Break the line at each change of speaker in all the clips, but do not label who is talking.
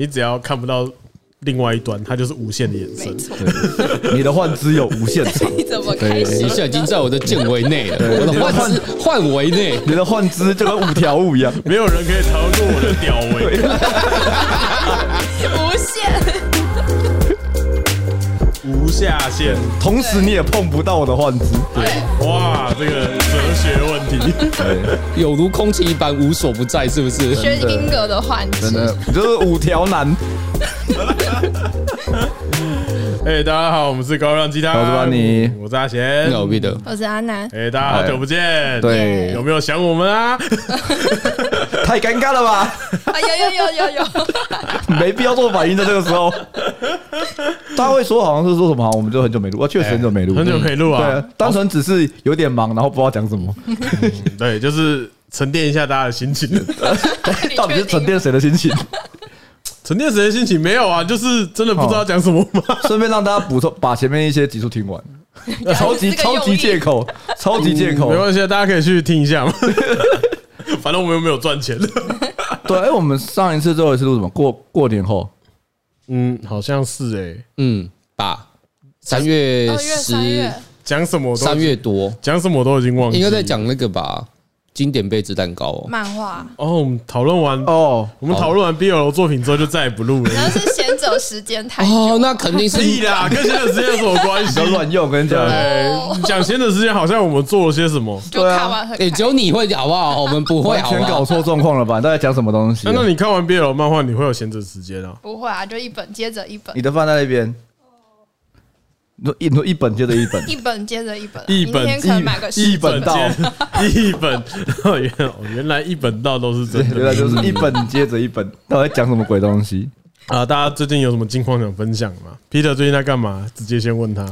你只要看不到另外一端，它就是无限的延伸
没。错，
对，你的幻肢有无限长，
你怎么开
对
始？
一下已经在我的剑围内了，我的幻肢幻围内。
你的幻肢就跟五条悟一样。
没有人可以逃过我的屌围。
无限。
无下限。
同时你也碰不到我的幻肢。
哇，这个哲学问题，
对，
有如空气一般无所不在，是不是？
学英格的幻
真
肢，
的就是五条男。
哎、大家好，我们是高亮鸡汤，
我是班尼
我是阿贤，
那我记得
我是安南，
哎、大家好久不见，
对
有没有想我们啊？
太尴尬了吧？
啊有有有有有，
没必要做反应在这个时候。大家会说好像是说什么，好我们就很久没录，啊，确实很久没录，
哎很久没录啊
对，单纯只是有点忙，然后不知道讲什么，
对，就是沉淀一下大家的心 情。
你
到底是
确定
沉淀谁的心情？
沉淀谁的心情没有啊？就是真的不知道讲什么吗？
顺便让大家补充，把前面一些集数 听完。啊超级
这个用力
超级借口，超级借口
嗯没。关系，啊大家可以去听一下 嘛。反正我们又没有赚钱。
对，哎，我们上一次最后一次录什么？过过年后，
嗯，好像是哎、
嗯吧，三月
二月三
十
月，
讲什么都
三月多，
讲什么都已经忘记。
应该在讲那个吧，经典杯子蛋糕哦。
漫画，
哦，我们讨论完，
哦，
我们讨论完 BL 作品之后就再也不录了。
然后是闲走时间太久，
哦，那肯定 是
屁啦，跟闲的时间有什么关
不
系
要？乱用，我跟你讲。
对，讲闲的时间好像我们做了些什么。
就
啊
看完很
哎，只有你会好不好？我们不会
完
好
全
不
搞
好？
错状况了吧？大家讲什么东西
那
啊、
那你看完 BL 漫画，你会有闲着时间啊？
不会啊，就一本接着一本，
你，的放在那边，你说一你说一本接着一 本
一本接着一本啊，
一本
明天可能买个
一
十
一本到，
本接一本，哦原 哦原来一本到都是真
原
的嗯
来就是一本接着一本，到底在讲什么鬼东西？
啊！大家最近有什么近况想分享吗？Peter 最近在干嘛？直接先问他。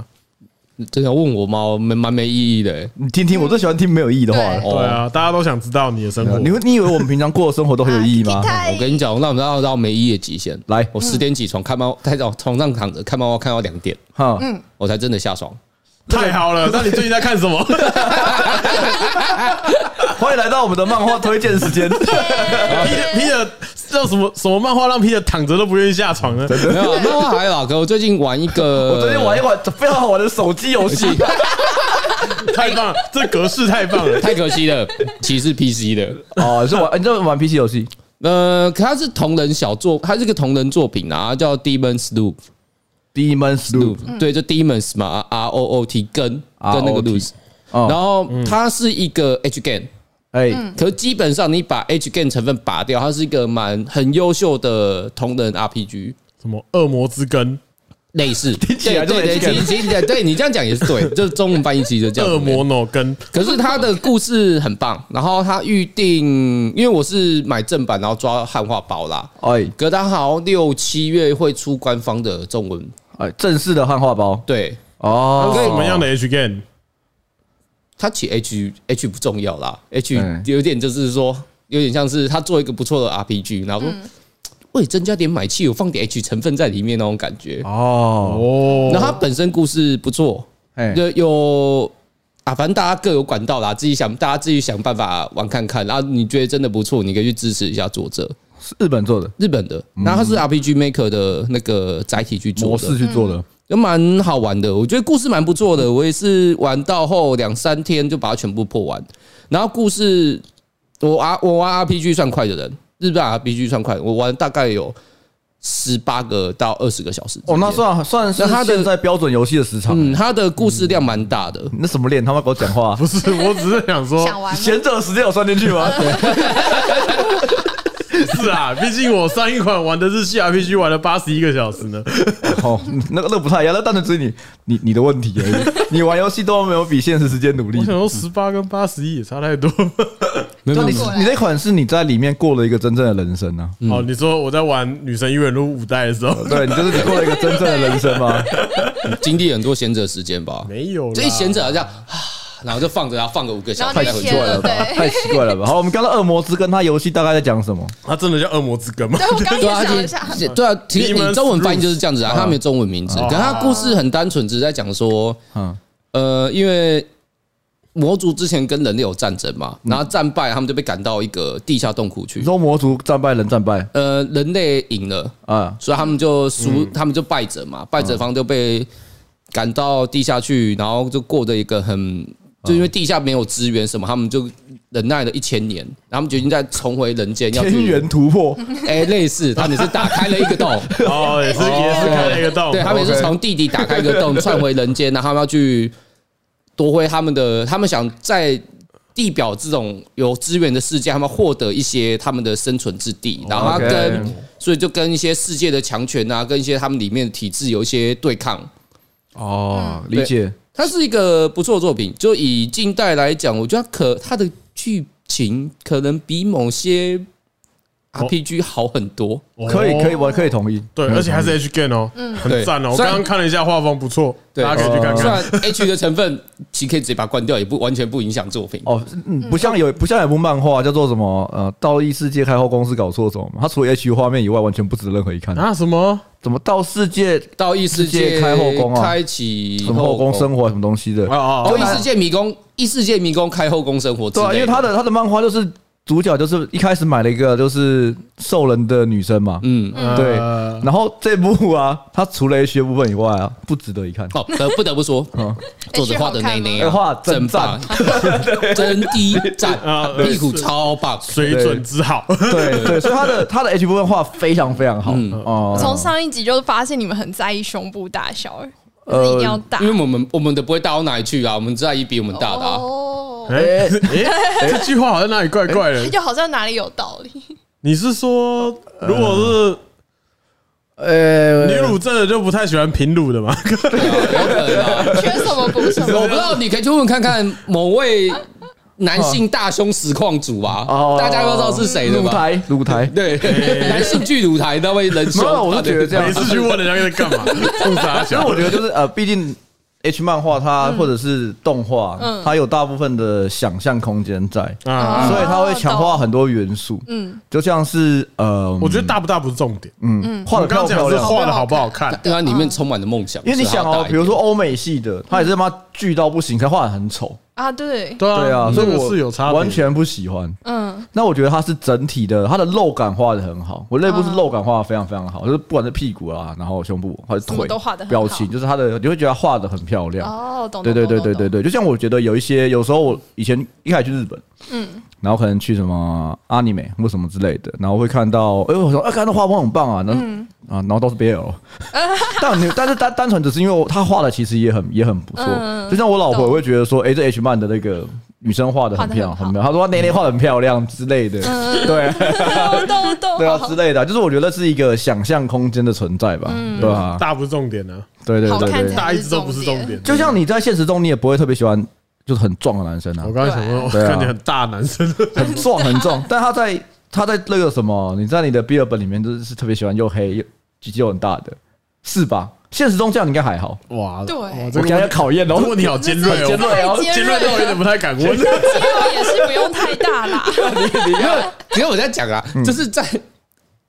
真的要问我吗？我们蛮没意义的欸。
你听听，我最喜欢听没有意义的话了。
哦
对啊，大家都想知道你的生活。
你会你以为我们平常过的生活都很有意义 吗？
啊
我跟你讲，那我们要到没意义的极限。
来
我十点起床看漫，在床上躺着看漫画，看到两点，
哈，
我才真的下床。
太好了，那你最近在看什么？
欢迎来到我们的漫画推荐时间。
Peter Peter 叫什么什么漫画让 Peter 躺着都不愿意下床呢？
没有漫画还好，可我最近玩一个，
我昨天玩一玩非常好玩的手机游戏，
太棒，了，这格式太棒了。
太可惜了，其实是 PC 的。
哎
哦，你是玩你在玩 PC 游戏，
呃，可它是同人小作，它是个同人作品啊，叫 Demon Sloop
Demon Sloop，
Loop，对，就 Demons 嘛，R O O T 跟跟那个
ROOT
Loop，
哦
然后它是一个 H game，
哎，
可基本上你把 H game 成分拔掉，它是一个蛮很优秀的同人 RPG。
什么恶魔之根、
类 似，
听起来就
对对
H
对，
game
其实对你这样讲也是对，就是中文翻译其实就这样。
恶魔脑根，
可是他的故事很棒，然后他预定，因为我是买正版，然后抓汉化包啦。
哎
可他好像六七月会出官方的中文，
哎，正式的汉化包
对
哦，
什么样的 H game？
他起 H H 不重要啦，H
嗯
有点就是说，有点像是他做一个不错的 RPG，然后说为增加点买气，有放点 H 成分在里面那种感觉。
哦，
哦
然后他本身故事不错，
哎，
有有啊，反正大家各有管道啦，自己想大家自己想办法玩看看。然后你觉得真的不错，你可以去支持一下作者，
是日本做的
日本的。然后它是 RPG Maker 的那个载体去
嗯
做
模
的
式，嗯去
嗯
做的，
就蛮好玩的。我觉得故事蛮不错的，我也是玩到后两三天就把它全部破完。然后故事，我啊我玩 RPG 算快的人，日本 RPG 算快，我玩大概有十八个到二十个小时之间。
哦，那算算是
那它的
现在标准游戏的时长。
嗯，它的故事量蛮大的。
你那什么脸？他妈给我讲话、啊
不是，我只是想说，
想完了
闲着的时间有算进去 吗？
是啊，毕竟我上一款玩的日系 RPG 玩了八十一个小时呢。
哦，那个那个不太一样，那单纯只是你你你的问题而 已。你玩游戏都没有比现实时间努力
我。想说十八跟八十一也差太多。
就
没
你
有
你那款是你在里面过了一个真正的人生啊。
哦，你说我在玩《女神异闻录》五代的时候，
对，你就是你过了一个真正的人生 吗？
经历很多闲者时间吧。
没有啦，
所以闲者好像啊，然后就放着它放个五个小时，
然
太
后就
奇怪了吧
对，
太奇怪了吧。好，我们刚刚《恶魔之根》它游戏大概在讲什么？
它真的叫恶魔之根吗
对？我刚也
对啊，
想了一
而
下，
且对啊，其实你中文翻译就是这样子啊，它没有中文名字，可它故事很单纯，只是在讲说，
嗯，
呃，因为魔族之前跟人类有战争嘛，然后战败，他们就被赶到一个地下洞窟
你
去。
说魔族战败人战败
呃，人类赢了，
啊，
所以他们就输，他们就败者嘛，败者方就被赶到地下去，然后就过着一个很，就因为地下没有资源什么，他们就忍耐了一千年，然后他们决定再重回人间，要
天
去
元突 破，
哎、类似，他们也是打开了一个洞，
哦，也是也是开了一个洞，
对他们也是
哦 OK
从地底打开一个洞，窜回人间，然后他们要去夺回他们的，他们想在地表这种有资源的世界，他们获得一些他们的生存之地，然后他
哦 OK
跟
嗯
所以就跟一些世界的强权啊，跟一些他们里面的体制有一些对抗。
哦，理解，
它是一个不错的作品，就以近代来讲，我觉得它可它的剧情可能比某些
哦
RPG 好很多。
哦
可以可以，我可以同意，
对，而且还是 H g a n 哦，很赞哦。我
虽
刚
然
刚看了一下，画风不错，
对
大家可以去
哦
看
虽
看。
然 H 的成分，其实可以直接把它关掉，也不完全不影响作品。
哦，嗯，不像有不像有部漫画叫做什么呃，到异世界开后公司搞错什么嘛，它除了 H 画面以外，完全不值任何一看。
嗯啊，什么？
怎么到世界
到异世界
世界开后宫啊
开启
什么后宫生
活。
活什么东西的
哦？哦
哦，
哦，
异世界迷宫，异世界迷宫开后宫生活之
对
类的，
啊，因为他的他的漫画就是主角就是一开始买了一个就是兽人的女生嘛，
嗯。
呃
对然后这部啊，它除了 H 的部分以外啊，不值得一看。
哦，呃，不得不说
嗯，
作者画的内内
哎
啊，
画真
棒，真低赞
啊，对
屁股
是
超棒，
水准之好，
对对，所以他的他的 H 部分画非常非常好
嗯
哦。
从上一集就发现你们很在意胸部大小，哎
呃
就是一定要大
因。为我们我们的不会大到哪里去啊，我们在意比我们大的啊，
哦，
哎哎，这句话好像哪里怪怪的。
哎就好像哪里有道理。
你是说，如果是
呃
女乳症的就不太喜欢平乳的吗？
有可能啊。
缺什么补什
我
么
不。知道，你可以去问看看某位男性大胸实况组吧
哦，
大家都知道是谁的
舞
吧？
台舞台，
对，男性巨乳台那位人
没
胸，
有，我是觉得这样
每，次去问人家在干 嘛，不傻
其实
小
我。觉得就是呃，毕竟 H 漫画它或者是动画，
嗯
它有大部分的想象空间在，
啊，
嗯
所以它会强化很多元素。
哦
嗯，
就像是呃，
我觉得大不大不是重点，
嗯画的
我刚
漂不
讲
漂
的是
亮。
画的好不好看。
对啊，里面充满了梦想。
因为你想
所以它要
哦
大，一点
比如说欧美系的，它也是他妈巨到不行，可画的很丑，
啊，对，
对
对啊，所以
这个
我
是有差别，
完全不喜欢。
嗯，
那我觉得它是整体的，它的肉感画的很好。我内部是
嗯
肉感画的非常非常好，就是不管是屁股啊，然后胸部或者
什
腿
么都画得很好
表情，就是它的你会觉得它画的很漂亮。
哦，懂，
对对对对
对，
对对，就像我觉得有一些，有时候我以前一开始去日本，嗯，然后可能去什么阿尼美或什么之类的，然后会看到，哎，我说，哎，看到画风很棒啊，那
嗯
啊，然后都是 BL，但你但是单单纯只是因为我他画的其实也很也很不错，嗯就像我老婆
嗯懂
会觉得说，哎，这 H 漫的那个女生画的很漂亮，
画得很好嗯
很漂亮，她说她内内画的很漂亮之类的， 对
懂懂懂，
对啊之类的，就是我觉得是一个想象空间的存在吧，对啊吧？
啊大不是重点呢，
对对
嗯好
对
看
对
才，
大一直都不是重点。
就像你在现实中你也不会特别喜欢就是很壮的男生啊
我，刚才想说，
对啊
看见很大男生，
很壮很 壮，但他在他在那个什么，你在你的 B 二本里面就是特别喜欢又黑又肌肉很大的，是吧？现实中这样应该还好，
哇，
对
哇
我
这
给
个
他考验
这
哦
个。问题好尖锐哦，
尖锐哦
太
尖
尖
锐到我有
锐
点
了，
不太敢 问。
肌肉也是不用太大啦。
你看，你看我在讲啊，
嗯
就是在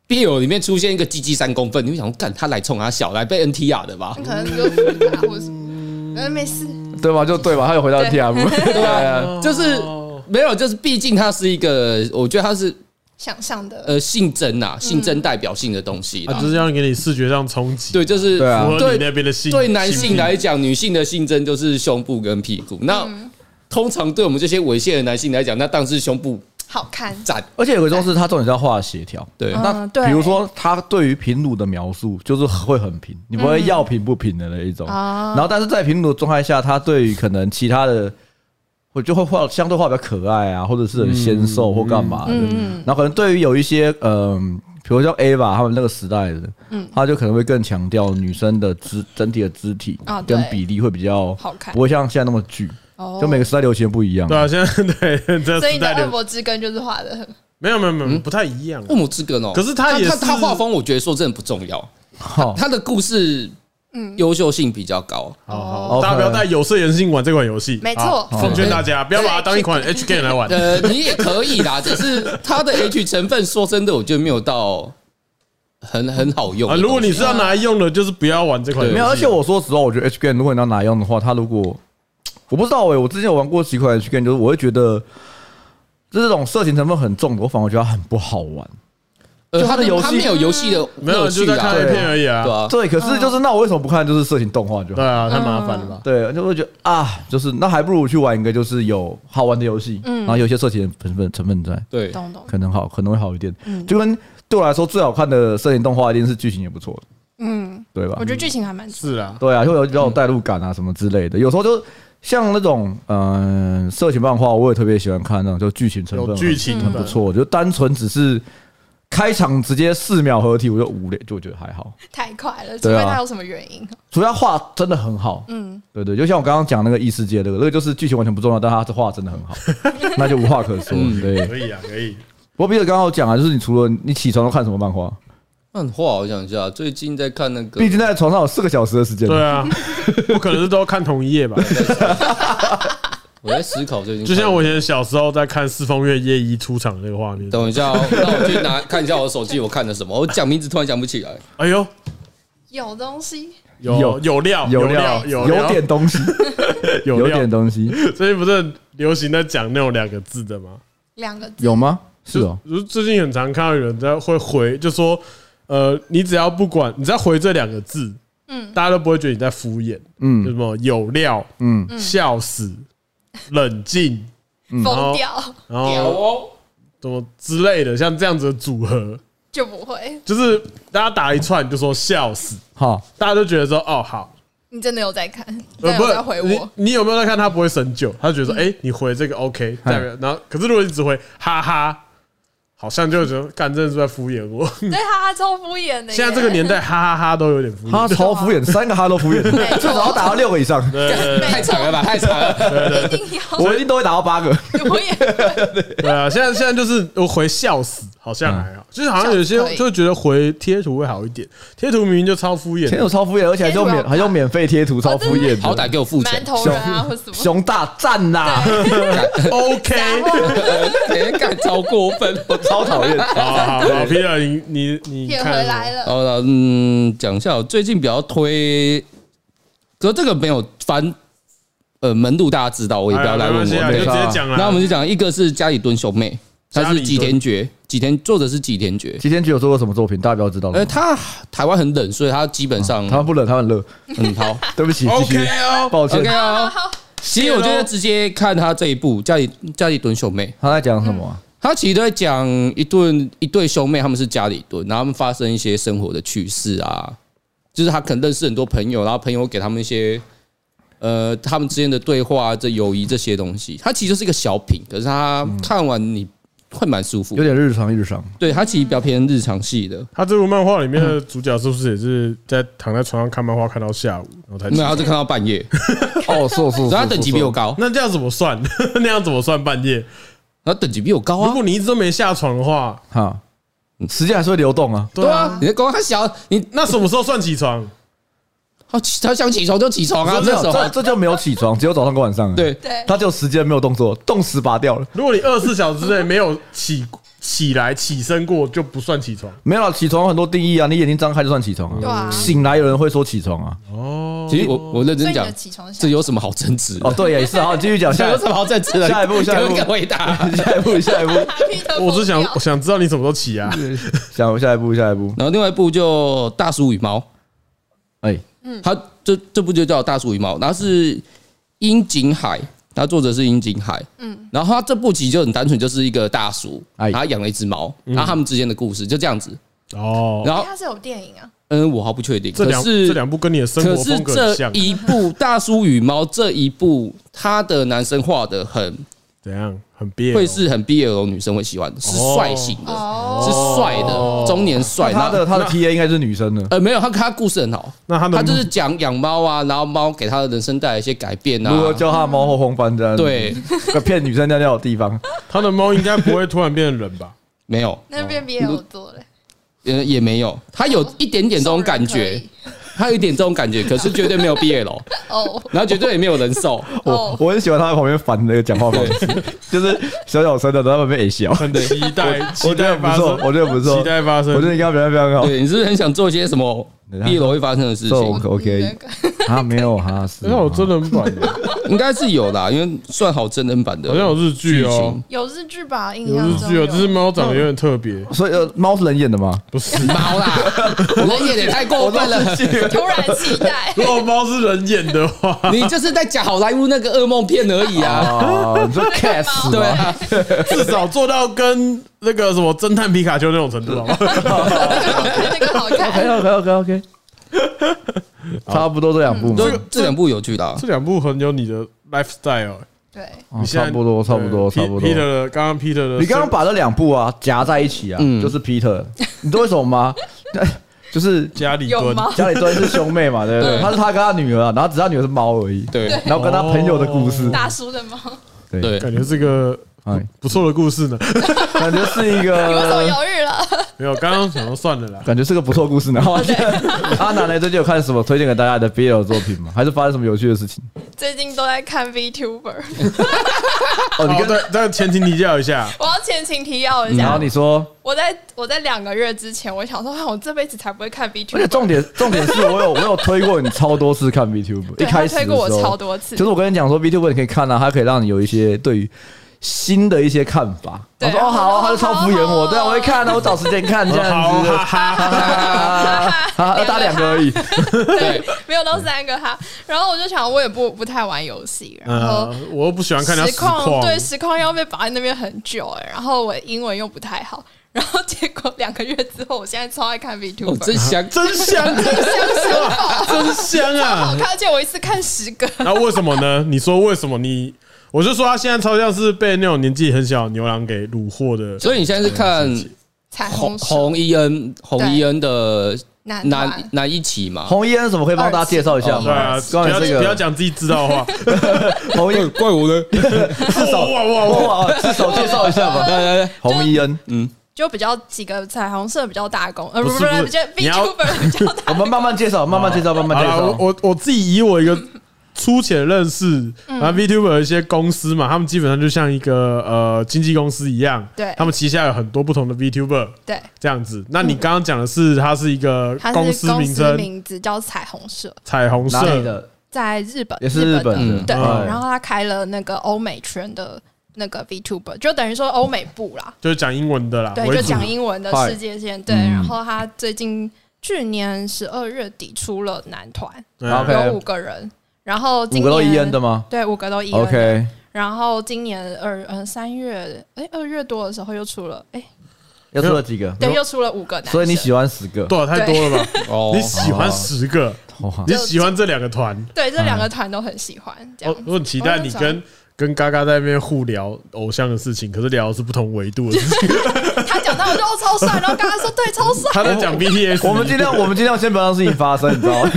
B 友里面出现一个鸡鸡三公分，你会想说，干他来冲他小，来被 NTR 的吧？
可能就打或什么，呃，没事，
对吧？就对吧？他又回到
对
T M，对啊，
哦
就是没有，就是毕竟它是一个，我觉得它是
想象的，
呃性
嗯
征呐，性征代表性的东西
啊，
啦
就。是要给你视觉上冲击，
对，就是
对啊
符合你那
对
边的性
对男性
癖
来讲，女性的性征就是胸部跟屁股。那
嗯
通常对我们这些猥亵的男性来讲，那当然是胸部
好看，
赞。
而且有个就是他重点是要画协调。
对，
嗯
那
对
比如说，他对于平乳的描述就是会很
嗯
平，你不会要平不平的那一种。
啊
然后，但是在平乳的状态下，他对于可能其他的，我就会画相对画比较可爱啊，或者是很纤瘦或干嘛的。
嗯，
然后可能对于有一些嗯，比如像 A 吧，他们那个时代的，嗯，他就可能会更强调女生的肢整体的肢体
啊对
跟比例会比较
好看
不会像现在那么巨，
哦
就每个时代流行不一样。
对啊，现在 对这
所
时
以你的
代
恶
流
魔之根就是画的很，
没有没有没有不太一样啊
恶，魔之根哦，
可是他也
他
是
他画风，我觉得说真的不重要，
好，
他的故事
嗯
优秀性比较高。
好
哦
好，大家不要带有色眼镜玩这款游戏，
没错
好奉劝大家不要把它当一款 H game 来玩。
呃，你也可以啦，只是它的 H 成分，说真的，我觉得没有到很很好用
啊，
的东西。
如果你是要拿来用的，就是不要玩这款游戏。
没有，而且我说实话，我觉得 H game 如果你要拿来用的话，它如果我不知道哎、我之前有玩过几款 H game，就是我会觉得这种色情成分很重的，我反而觉得它很不好玩。
呃，
就它
他
的游戏
没有游戏的
没有
乐
就
趣
在
啊
看，
对
A 片而已啊
对。啊，
对，可是就是那我为什么不看就是色情动画就好
对？啊，太麻烦了吧？
对，就会觉得啊，就是那还不如去玩一个就是有好玩的游戏，
嗯
然后有一些色情成分成分在，
对，
懂懂，
可能好，可能会好一点。就跟对我来说最好看的色情动画一定是剧情也不错的，
嗯，
对吧？
我觉得剧情还蛮
是啊，
对啊，就有比较有代入感啊什么之类的。有时候就像那种嗯、呃色情漫画，我也特别喜欢看那种就剧情成
有
分
剧情
很不
本，
错，就单纯只是开场直接四秒合体，我就无聊，就我觉得还好。
太快了，除
对啊
非他有什么原因，
主要画真的很好，嗯，对对，就像我刚刚讲那个异世界那个，那个就是剧情完全不重要，但他的画真的很好，那就无话可说。
嗯
对，
可以啊，可以。
不过彼得刚刚有讲啊，就是你除了你起床都看什么漫画？
漫画我想一下，最近在看那个
毕竟在床上有四个小时的时间，
对啊，不可能是都看同一 页吧？
我在思考最近看，
就像我以前小时候在看四风月夜一出场那个画面。
等一下哦，那我去拿看一下我的手机，我看了什么？我讲名字突然想不起来。
哎呦，
有东西，
有
有
有料，
有
料，
料，
有
有点东西，
有
有
料
点。东西，
最近不是流行在讲那种两个字的吗？
两个字，
有吗？是哦，
就最近很常看到有人在会回，就说呃，你只要不管，你只要回这两个字，嗯，大家都不会觉得你在敷衍。就什
嗯
么有料、
嗯，
笑死、冷静，
疯掉
然后
哦，
什么之类的，像这样子的组合，
就不会，
就是大家打一串就说笑死，
好，
大家都觉得说哦好，
你真的有在看，真
呃
的
不
有
是
在回
你
我，嗯
你有没有在看他不会深究，他就觉得说哎、你回这个 OK，代
嗯
表然后可是如果你只回哈哈，好像就觉得干真的是在敷衍我。
对他超敷衍的耶，
现在这个年代哈哈哈都有点敷
嗯他
衍，
超敷衍，三个哈都敷衍，
嗯错
至少要打到六个以上，
对对对
太长了吧，太长
一
了。
定要，
我一定都会打到八个。
我也
对啊，现在现在就是我回笑死，好像还好，就是好像有些
嗯笑死可以
就觉得回贴图会好一点，贴图明明就超敷衍
贴
的，
图超敷衍，而且还用免还用免费贴图，
哦
超敷衍的。
好歹给我付
馒
钱，
头人啊，或什么，
熊大赞呐，
OK，
哎，干超过分。
超讨 厌。
好好好，Peter，你你你
也
看
回来了，
好了，嗯，讲一下，我最近比较推，可是这个没有翻，呃，门路大家知道，我也不要来问
哎没关系啊就
对
我。
直接讲了。
那我们就讲一个是家里蹲兄妹，
家
他
里蹲
是吉田觉，吉田作者是吉田觉，
齐天局有做过什么作品？大家不要知道
哦
了
呃，。他台湾很冷，所以他基本上
他们不冷，他们热。
嗯好。
对不起，继续
OK 哦，
抱歉
OK。啊，其实我觉得直接看他这一部《家里家里蹲兄妹》，
他在讲什么啊？
他其实都在讲一对一对兄妹，他们是家里蹲，然后他们发生一些生活的趣事啊，就是他可能认识很多朋友，然后朋友给他们一些呃他们之间的对话、这友谊这些东西。它其实就是一个小品，可是他看完你会蛮舒服
有。点日常日常。
对，它其实比较偏日常系的，
他这部漫画里面的主角是不是也是在躺在床上看漫画看到下午，然后才
没有，他就看到 半夜，
哦，是哦是哦。
所以嗯他等级比我高，
那这样怎么算？ 那样怎么算半夜？
他等级比我高
如
啊
果。你一直都没下床的话，
哈，
嗯
时间还是会流动啊。
对啊，你的高他小，你
那什么时候算起床？
他他想起床就起床啊，
没
这
有，
时候
这这就没有起床，只有早上跟晚上。啊
对，
对，
他就时间没有动作，动时拔掉了。
如果你二十四小时之内没有起起来起身过，就不算起床。
没有啦起床有很多定义啊，你眼睛张开就算起床
对
啊。
啊，
醒来有人会说起床啊。
其实我我认
所以你
真讲
的，起床
这
是
有什么好争执？
哦，对，也是啊。好，你继续讲 下
这
一
有什么好争执的？
下 一步下一步
敢不敢回答？
下一步，下一步，
我只想我想知道你什么时候起啊？
下下一步，下一步。
然后另外一部就《大叔与猫》，
哎，
它这这部就叫《大叔与猫》，然后是樱井海，它作者是樱井海，嗯，然后他这部集就很单纯，就是一个大叔，
哎
然后他养了一只猫，然后他们之间的故事就这样子。
哦，
然后
他是有电影啊，
嗯，我还不确定，
这
可
两这
是
两部跟你的生
可
活
是
风格很
这
像，
一部《大叔与猫》这一部，他的男生画的很
怎样？很憋哦，
会是很 BL 女生会喜欢的，是
哦
帅型的，
哦，
是帅的，中年帅。
哎他
然
的
后
他的 TA 应该是女生的。
呃没有，他他故事很好，
那他的
他就是讲养猫啊，然后猫给他的人生带来一些改变
如何
啊。
教他的猫后空翻这样？，
对，
骗女生尿尿的地方。
他的猫应该不会突然变成人 吧？
没有，
那边别有做嘞，
呃也没有，他
哦
有一点点这种感觉，他有一点这种感觉，可是绝对没有 BL，
哦，
然后绝对也没有人兽。
我
哦
我很喜欢他在旁边烦那个讲话方 式，就是小小声的，然后旁边也笑。
很期待，
我
期
觉得
待
不
发
错，
生，
我觉得不错
期，待发生。
哦我觉得你刚刚表现非常好。
对，你是不是很想做些什么 BL 会发生的事
这
情？
我 OK，
那个
啊，没有哈是
那有
吗
真人版的，
应该是有啦，因为算好真人版的，
好像有日剧哦，
有日剧吧？印
有嗯
象
日
中
剧哦，只是猫长得有点特别，
所以呃，猫是人演的吗？
不是。
猫啦，人演的太过分了，
突然期待
如果猫是人演的 话，
你就是在讲好莱坞那个噩梦片而已啊。
啊，你说 cast
对
吗？
啊，
至少做到跟那个什么侦探皮卡丘那种程度好吗？
那个好看，
，OK OK OK OK，差不多这两部嘛
嗯就，这两部有趣啦。
这两部很有你的 lifestyle，欸
对，
哦
你现在
差不多差不多
对
差不
Peter
多。
的刚刚 Peter 的，
你刚刚把这两部啊夹在一起啊，
嗯
就是 Peter，你知道为什么吗？ 就是
家里
有
蹲，
吗？
家里蹲是兄妹嘛，对不对？
对
他是他跟他女儿啊，然后只是他女儿是猫而已，
对
然后跟他朋友的故事，
大叔的猫，你
对
对，
感觉是个
哎，
不错的故事 呢。
感觉是一
为什么
个，
犹豫了？
没有，刚刚想说算了啦，
感觉是个不错的故事呢。然后阿南呢，最近有看什么推荐给大家的 BL 作品吗？还是发生什么有趣的事情？
最近都在看 VTuber，
哦，你
哦，
跟，
对，但前情提教一 下，
我要前情提要一
然后
下，
你说，
我在我在两个月之前，我想说，哇啊我这辈子才不会看
而且
VTuber，
重点重点是我有我有推过你超多次看 VTuber，一
对他
开始的
推
时
过
候
我超多次
就，是我跟你讲说 VTuber 你可以看啊，它可以让你有一些对于新的一些看法。我
对
说哦好啊，
我
他
说
就超
哦
敷衍
好
我，
啊
对啊，我会看啊，我找时间看这样
好
子。
哈哈，
啊，啊打两个而已。
对，
没有到三个哈。然后我就想，我也不不太玩游戏，
嗯
然后
呃，我又不喜欢看他
实
实况，
对实况要被绑在那边很久哎、然后我英文又不太好， 然后结果两个月之后，我现在超爱看 VTuber，、
我哦真香，
真香，
啊
真香
好
啊！
看，而且我一次看十个，
那为什么呢？你说为什么你？我就说他现在超像是被那种年纪很小的牛郎给虏获的，
所以你现在是看
彩
红
虹手
红伊恩红伊恩的
男
男
团，
男一起嘛？
红衣恩什么可以帮大家介绍一下
对啊
吗？，
不
关于
要
这
不要
个
讲自己知道的话，
红衣，
怪我的，
哇哇哇哇！
哇，至少介绍一下吧。
来来来，
红衣恩，
就比较几个彩虹社比较大功，呃，
不
不
是
是不是，
不
比较
是你要
VTuber 比 较大
我们慢慢介绍，慢慢介绍，慢慢
好
介
啦
绍。
我我我自己以我一个粗浅认
嗯
识，然后 VTuber 有一些公司嘛，他们基本上就像一个呃经纪公司一样，
对
他们旗下有很多不同的 VTuber
对。嗯
这样子。那你刚刚讲的是它是一个
它是
公
公
司名
司
称
名字叫彩虹社，
彩虹
哪里
社，
的？
在日本
也是日本
本的
嗯
对。
嗯
然后他开了那个欧美圈的那个 VTuber，就等于说欧美部啦，
就是讲英文的啦，
啊
对，
为
就
主
讲英文的
嗨
世界线。对，
嗯
然后他最近去年十二月底出了男团，
嗯
OK
有五个人，然后今年
五个都伊恩的吗
对，五个都一恩的。
？OK，
然后今年二嗯三月哎二月多的时候又出了哎
又出了几个？
对又出了五个男生，
所以你喜欢十个？
多少啊太多了吧？
哦
你喜
啊
欢十个，
哇
你喜欢这两个团，
对这两个团都很喜欢这
我
样
我很期待
哦
你
那
跟。跟嘎嘎在那边互聊偶像的事情，可是聊的是不同维度的事 情。
他讲到我就哦超帅，然后刚才说对超帅，
他在讲 BTS，
我们 尽量，我们尽量先不要让事情发生，你知 道吗？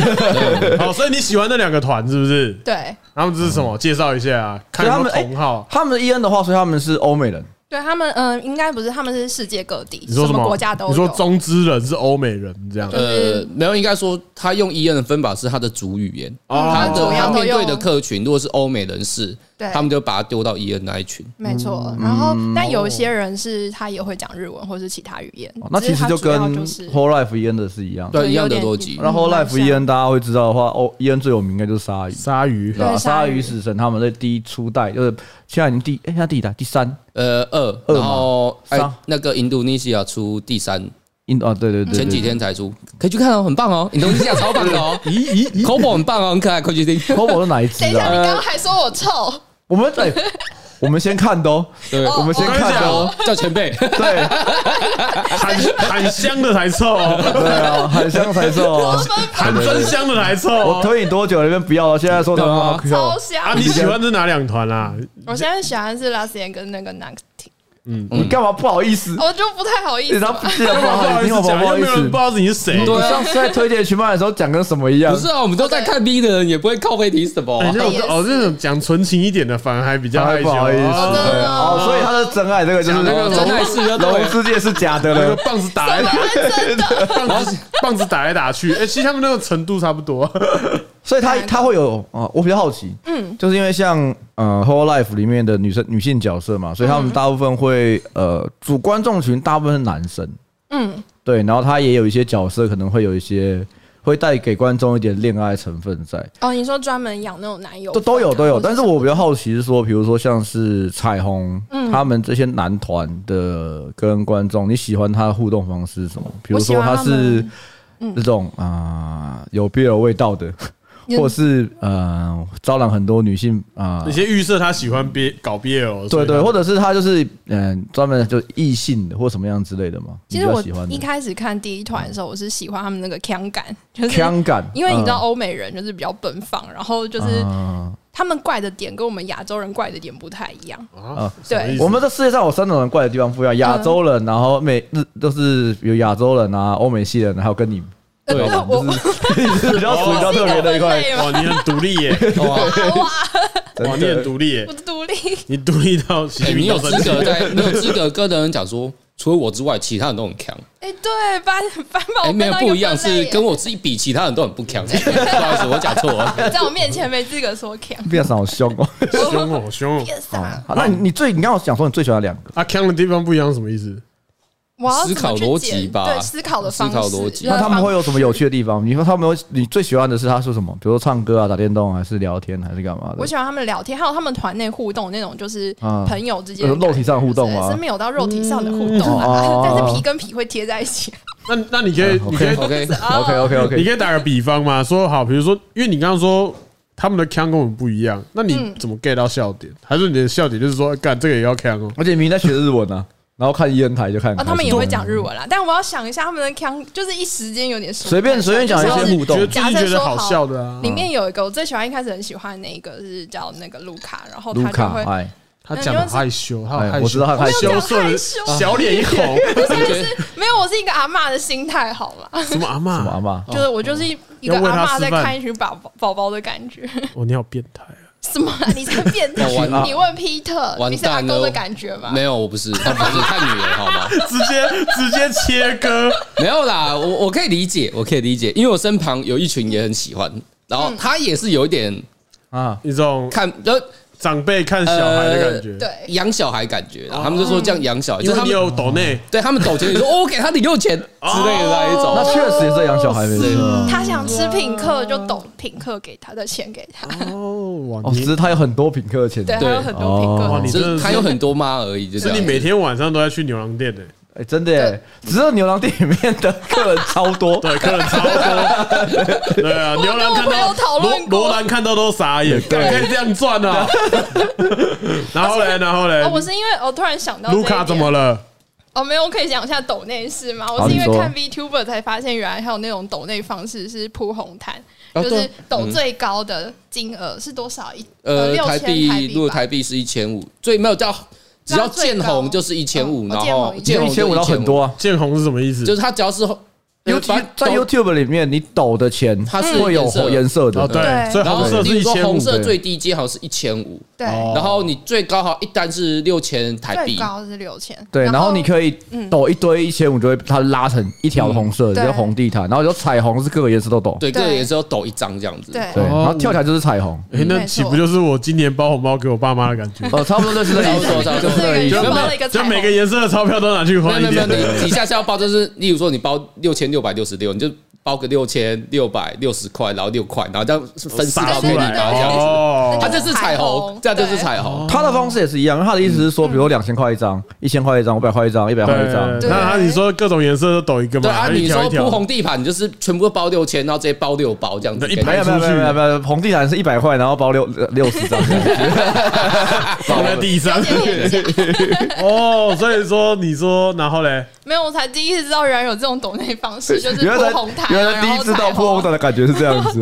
好，哦所以你喜欢那两个团是不是？
对
他们这是什么？介绍一下啊，看
所以
有
他
没
们哎
有同号。
他们的伊恩的话，所以他们是欧美人，
对，他们嗯应该不是，他们是世界各地，
你说
什
么？
国家都有，
你说中之人是欧美人这样？
呃，没有，应该说他用伊恩的分法是他的主语言，
哦
他的
主
他
要都
面对
用
的客群如果是欧美人士，
对
他们就把他丢到伊恩那一群。
没错，
嗯
然后
嗯
但有一些
哦
人是他也会讲日文或是其他语言
哦，那
只是
其实
他
就
主要
跟
就是
Whole Life 伊恩的是一样。
对一样的
有点嗯
逻辑
那 Whole
蛮
Life 伊恩大家会知道的话，哦，伊恩最有名应该就是鲨鱼，
鲨鱼
对吧？
对
鲨
鲨
鱼
鱼
死神他们的第一初代，就是现在已经第哎，现在第几代？第三
呃，二，
二嘛
然后哎
三，
那个印度尼西亚出第三，
印啊，对对对，
前几天才出，可以去看哦，很棒哦，印度尼西亚超棒的哦，咦咦，Kobo 很棒哦，很可爱，快去听。
Hobo 是哪一只
等一下，
啊？
你刚刚还说我臭，
我们哎，我们先看的哦，
对，
我们先看的哦，
哦， 叫前辈，
对
喊喊香的才臭哦，
对 啊，很香才臭啊，
喊真香的才臭
我
哦。
推你多久了？那边不要了，现在说他们好哦
对
超
笑，
啊，
香
你。喜欢是哪两团啊啦？
我现在喜欢是拉斯眼跟那个 n a c t
嗯
你干嘛不好意思？
我就不太好意
你
思
他
嘛。
不记得不
不
好
好
意
意
思，
思
不
讲，
好
又
意
没有人
思
不知。道是你是谁。
对
你
啊
上次在推荐群卖的时候讲跟什么一样？
不是啊，我们都在看 B 的人，也不会靠背提什么
哎，
啊。
那种哦，那种讲纯情一点的，反而还比较害
还
羞。
不好意思，
哦
真
对
的吗
哦，所以他的真爱这个就是
讲那个
真爱是要对
龙世界是假的
那个
了，
棒子打来打， 棒子棒子打来打去，哎，其实他们那个程度差不 多。
所以他他会有啊，我比较好奇，嗯，就是因为像呃《Whole Life》里面的女生女性角色嘛，所以他们大部分会呃主观众群大部分是男生，嗯，对，然后他也有一些角色可能会有一些会带给观众一点恋爱成分在，
哦，你说专门养那种男友
都都有
粉啊
都有。
或者
但是我比较好奇是说，比如说像是彩虹，
嗯
他们这些男团的跟观众，你喜欢他的互动方式是什么？比如说他
我喜欢嗯
是这种啊、有 BL 味道的，或是呃招揽很多女性啊。
你先预设他喜欢 B 搞 BL，所
对
以
对，
他
或者是他就是嗯，专门就异性的或什么样之类的嘛。
其
你
实
比较
我
喜欢的
一开始看第一团的时候，我是喜欢他们那个腔感，就是
腔感，
因为你知道
嗯，
欧美人就是比较奔放，然后就是
嗯
他们怪的点跟我们亚洲人怪的点不太一样。
啊，
对
什么意思
我们这世界上有三种人怪的地方不一样，亚洲人，然后美日就是有亚洲人啊，欧美系人，还有跟你
呃
对
那我
就是你是比较属于比较特别的一块，
类吗？
哇，你很独立 耶，
哇，
哇，
哇，你很独立耶
我，独立，
你独立到习
哎
近
你
平
有
都
资
生气
格在，你有资格跟人讲说，除了我之外，其他人都很强。
哎，对，把把把
哎，
我
没有
分到
不
个
一样，
分类
是
耶
跟我自己比，其他人都很 不强。不好意思，我讲错了。
在我面前没资格说强，
变成好凶哦。
凶哦，凶哦，
变
啊
傻。
好，那你你最你刚刚讲说你最喜欢两个，
啊，呛的地方不一样是什么意思？
我要怎么
思考
去
逻
解
辑吧
对，思考的方式，
思考逻辑
就是
那他们
方
会有什么有趣的地方？你说他们会，你最喜欢的是他说什么？比如说唱歌啊、打电动啊还是聊天还是干嘛
我
的？
喜欢他们聊天，还有他们团内互动那种，就是
啊
朋友之间、
有肉体上互动吗
是没有到肉体上的互动
嗯哦
啊， 但是皮跟皮会贴在一起。
那那你可以，
嗯
你可以
OK，
啊
OK OK
你
OK，
可以打个比方嘛，说好，比如说，因为你刚刚说他们的腔跟我们不一样，那你怎么 get 到笑点？还是你的笑点就是说，干这个也要腔哦？
而且明明在学日文呢，然后看伊恩台就 看，嗯
啊，他们也会讲日文啦，但我要想一下他们的腔，就是一时间有点说不
随便随便讲一
就是
些互动
觉得，
假
自己
设
觉得
说
好笑的啊，
里面有嗯一个我最喜欢，一开始很喜欢那一个是叫那个卢卡，然后
卢
他就
卡
会
哎，
他讲得好害羞，他好害
哎
羞，
我知道他害羞
羞涩
我没有
的
讲害羞
小脸一 红，
没有，我是一个阿嬷的心态，好吗？
哦
什么阿嬷
什么阿妈？
就是我
哦
就是一一个
要为他
阿嬷在
示范
看一群宝宝宝宝的感觉。
哦，你好变态 啊！
什么啦？你才变 态
哦完
啊
了！
你问皮特，
完
你是阿
蛋了
公的感觉吗？
没有，我不是，他不是看女人 好吗？
直接直接切割，
没有啦，我我可以理解，我可以理解，因为我身旁有一群也很喜欢，
嗯
然后他也是有一点
啊，
一种
看呃
长辈看小孩的感觉。，
呃对，
养小孩感觉
哦
啦，他们就说这样养小孩，
因
就
为
他
你
们
有啊抖内，
对他们抖钱，你说哦我给他零用钱之类的那一
那
种，
确实也在养小孩没
是
错啊。
他想吃品客就抖品客给他的钱给他，
哦，哇，
哦，只
你
是他有很多品客的钱，
对，还
对
有很多品客
哦
哇
的
你
钱。
就是
真的
他有很多妈而已，
啊
就是这
你
样。
每天晚上都在去牛郎店的，
哎，真的耶，只有牛郎店里面的客人超多，
对，客人超多， 对啊，牛郎看
我跟我朋友
到
讨
罗
论过
罗兰看到都傻眼，干可以这样赚 啊！然后嘞，然后嘞
哦，，我是因为我突然想到
卢卡怎么
了？
了？
哦，没有，我可以讲一下抖内事吗？
好
我是因
你
为
说
看 VTuber 才发现，原来还有那种抖内方式是铺红毯，
哦
就
对
是
啊
抖
嗯
最高的金额是多少？一
呃，
六
台
千台
币如
币
果
吧
台币是一千五，最没有叫只要见红就是一千
嗯
五，然后
哦
一
见
见红
千五到
就1500
很多，啊。
见红是什么意思？
就是他只要是
尤其在 YouTube 里面，你抖的钱
它是
会有
颜色
颜色
哦，
的，
对，
对
所以
然后
红色
例
是
如
一
说
千五
红，色最低阶好像是一千五，
对，
哦
然后你最高好像一单是六千台
最
币，
高是六千。
对，然后你可以
嗯
抖一堆一千五，就会它拉成一条红色，
对
就红地毯，然后有彩虹是各个颜色都抖，
对，
对
各个也是要抖一张这样子。
对
对，
哦
然后跳起来就是彩虹，
哎，那
嗯没错
岂不就是我今年包红包给我爸妈的感觉？
哦，差不多就是
差
那
不多差
个，就
不多
是那个意
就
思
是
就
包了一个
每就
彩虹
每个颜色的钞票都拿去
没有
换
没
一
有没有，
点，
你底下是要包，就是例如说你包六千六百六十六，你就包个六千六百六十块，然后六块，然后这样分四
撒
到
出
给你
来
拿这样子。
哦
它这是彩虹，这样就是彩虹。
他的方式也是一样，他的意思是说，比如两千块一张，一千块一张，五百块一张，一百块一张，
对，那他你说各种颜色都抖一个
对
嘛？
啊，
还是一
你
条一
说铺
条，
红地毯，你就是全部都包六千，然后直接包六包这样
那
子
一
给你。
排
没有没有没有没有没有，红地毯是一百块，然后包六六十张，
放在地上
而。且廉价
哦，所以说你说，然后嘞，
没有，我才第一次知道原来有这种抖内方 式，就是
原来
铺红毯啊，
原来第一次
然
到
后彩虹
破红毯的感觉是这样子，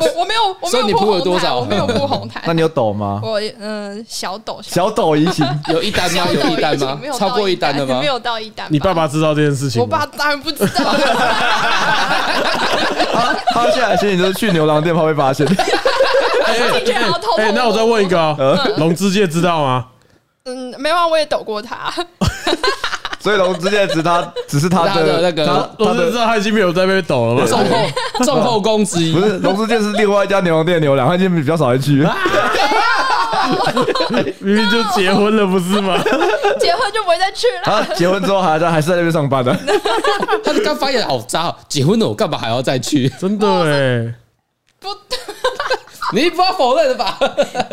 我我没有，我没
所以
有
你
铺
铺了
红
多
毯
少
我没有铺红毯。
那你有抖吗？
我嗯、小抖小
小抖怡情，
有一单 吗？
抖
有一单
没
吗
有？到
超过
一
一单的吗
没？有到一单吧。
你爸爸知道这件事情
我
吗？
爸当然不知道，
他他现在心里就是去牛郎店怕被发现。
进去然后偷偷摸摸。
哎，那我再问一个哦，
嗯
龙之介知道吗？
嗯，没有啊，我也抖过他。
所以龙之介只是他只是他
他的
的
那个
他他
龙之介知
的
道他已经没有在被抖了 吗？
众后众后宫之一
不，是龙之介是另外一家牛郎店的牛郎，他已经比较少人去。
明明就结婚了，不 是吗？
结婚就不会再去了。
啊，结婚之后还在还是在那边上班的，
他就刚发现好渣、哦，结婚了我干嘛还要再 去？
真的哎，
不
你不要否认了吧？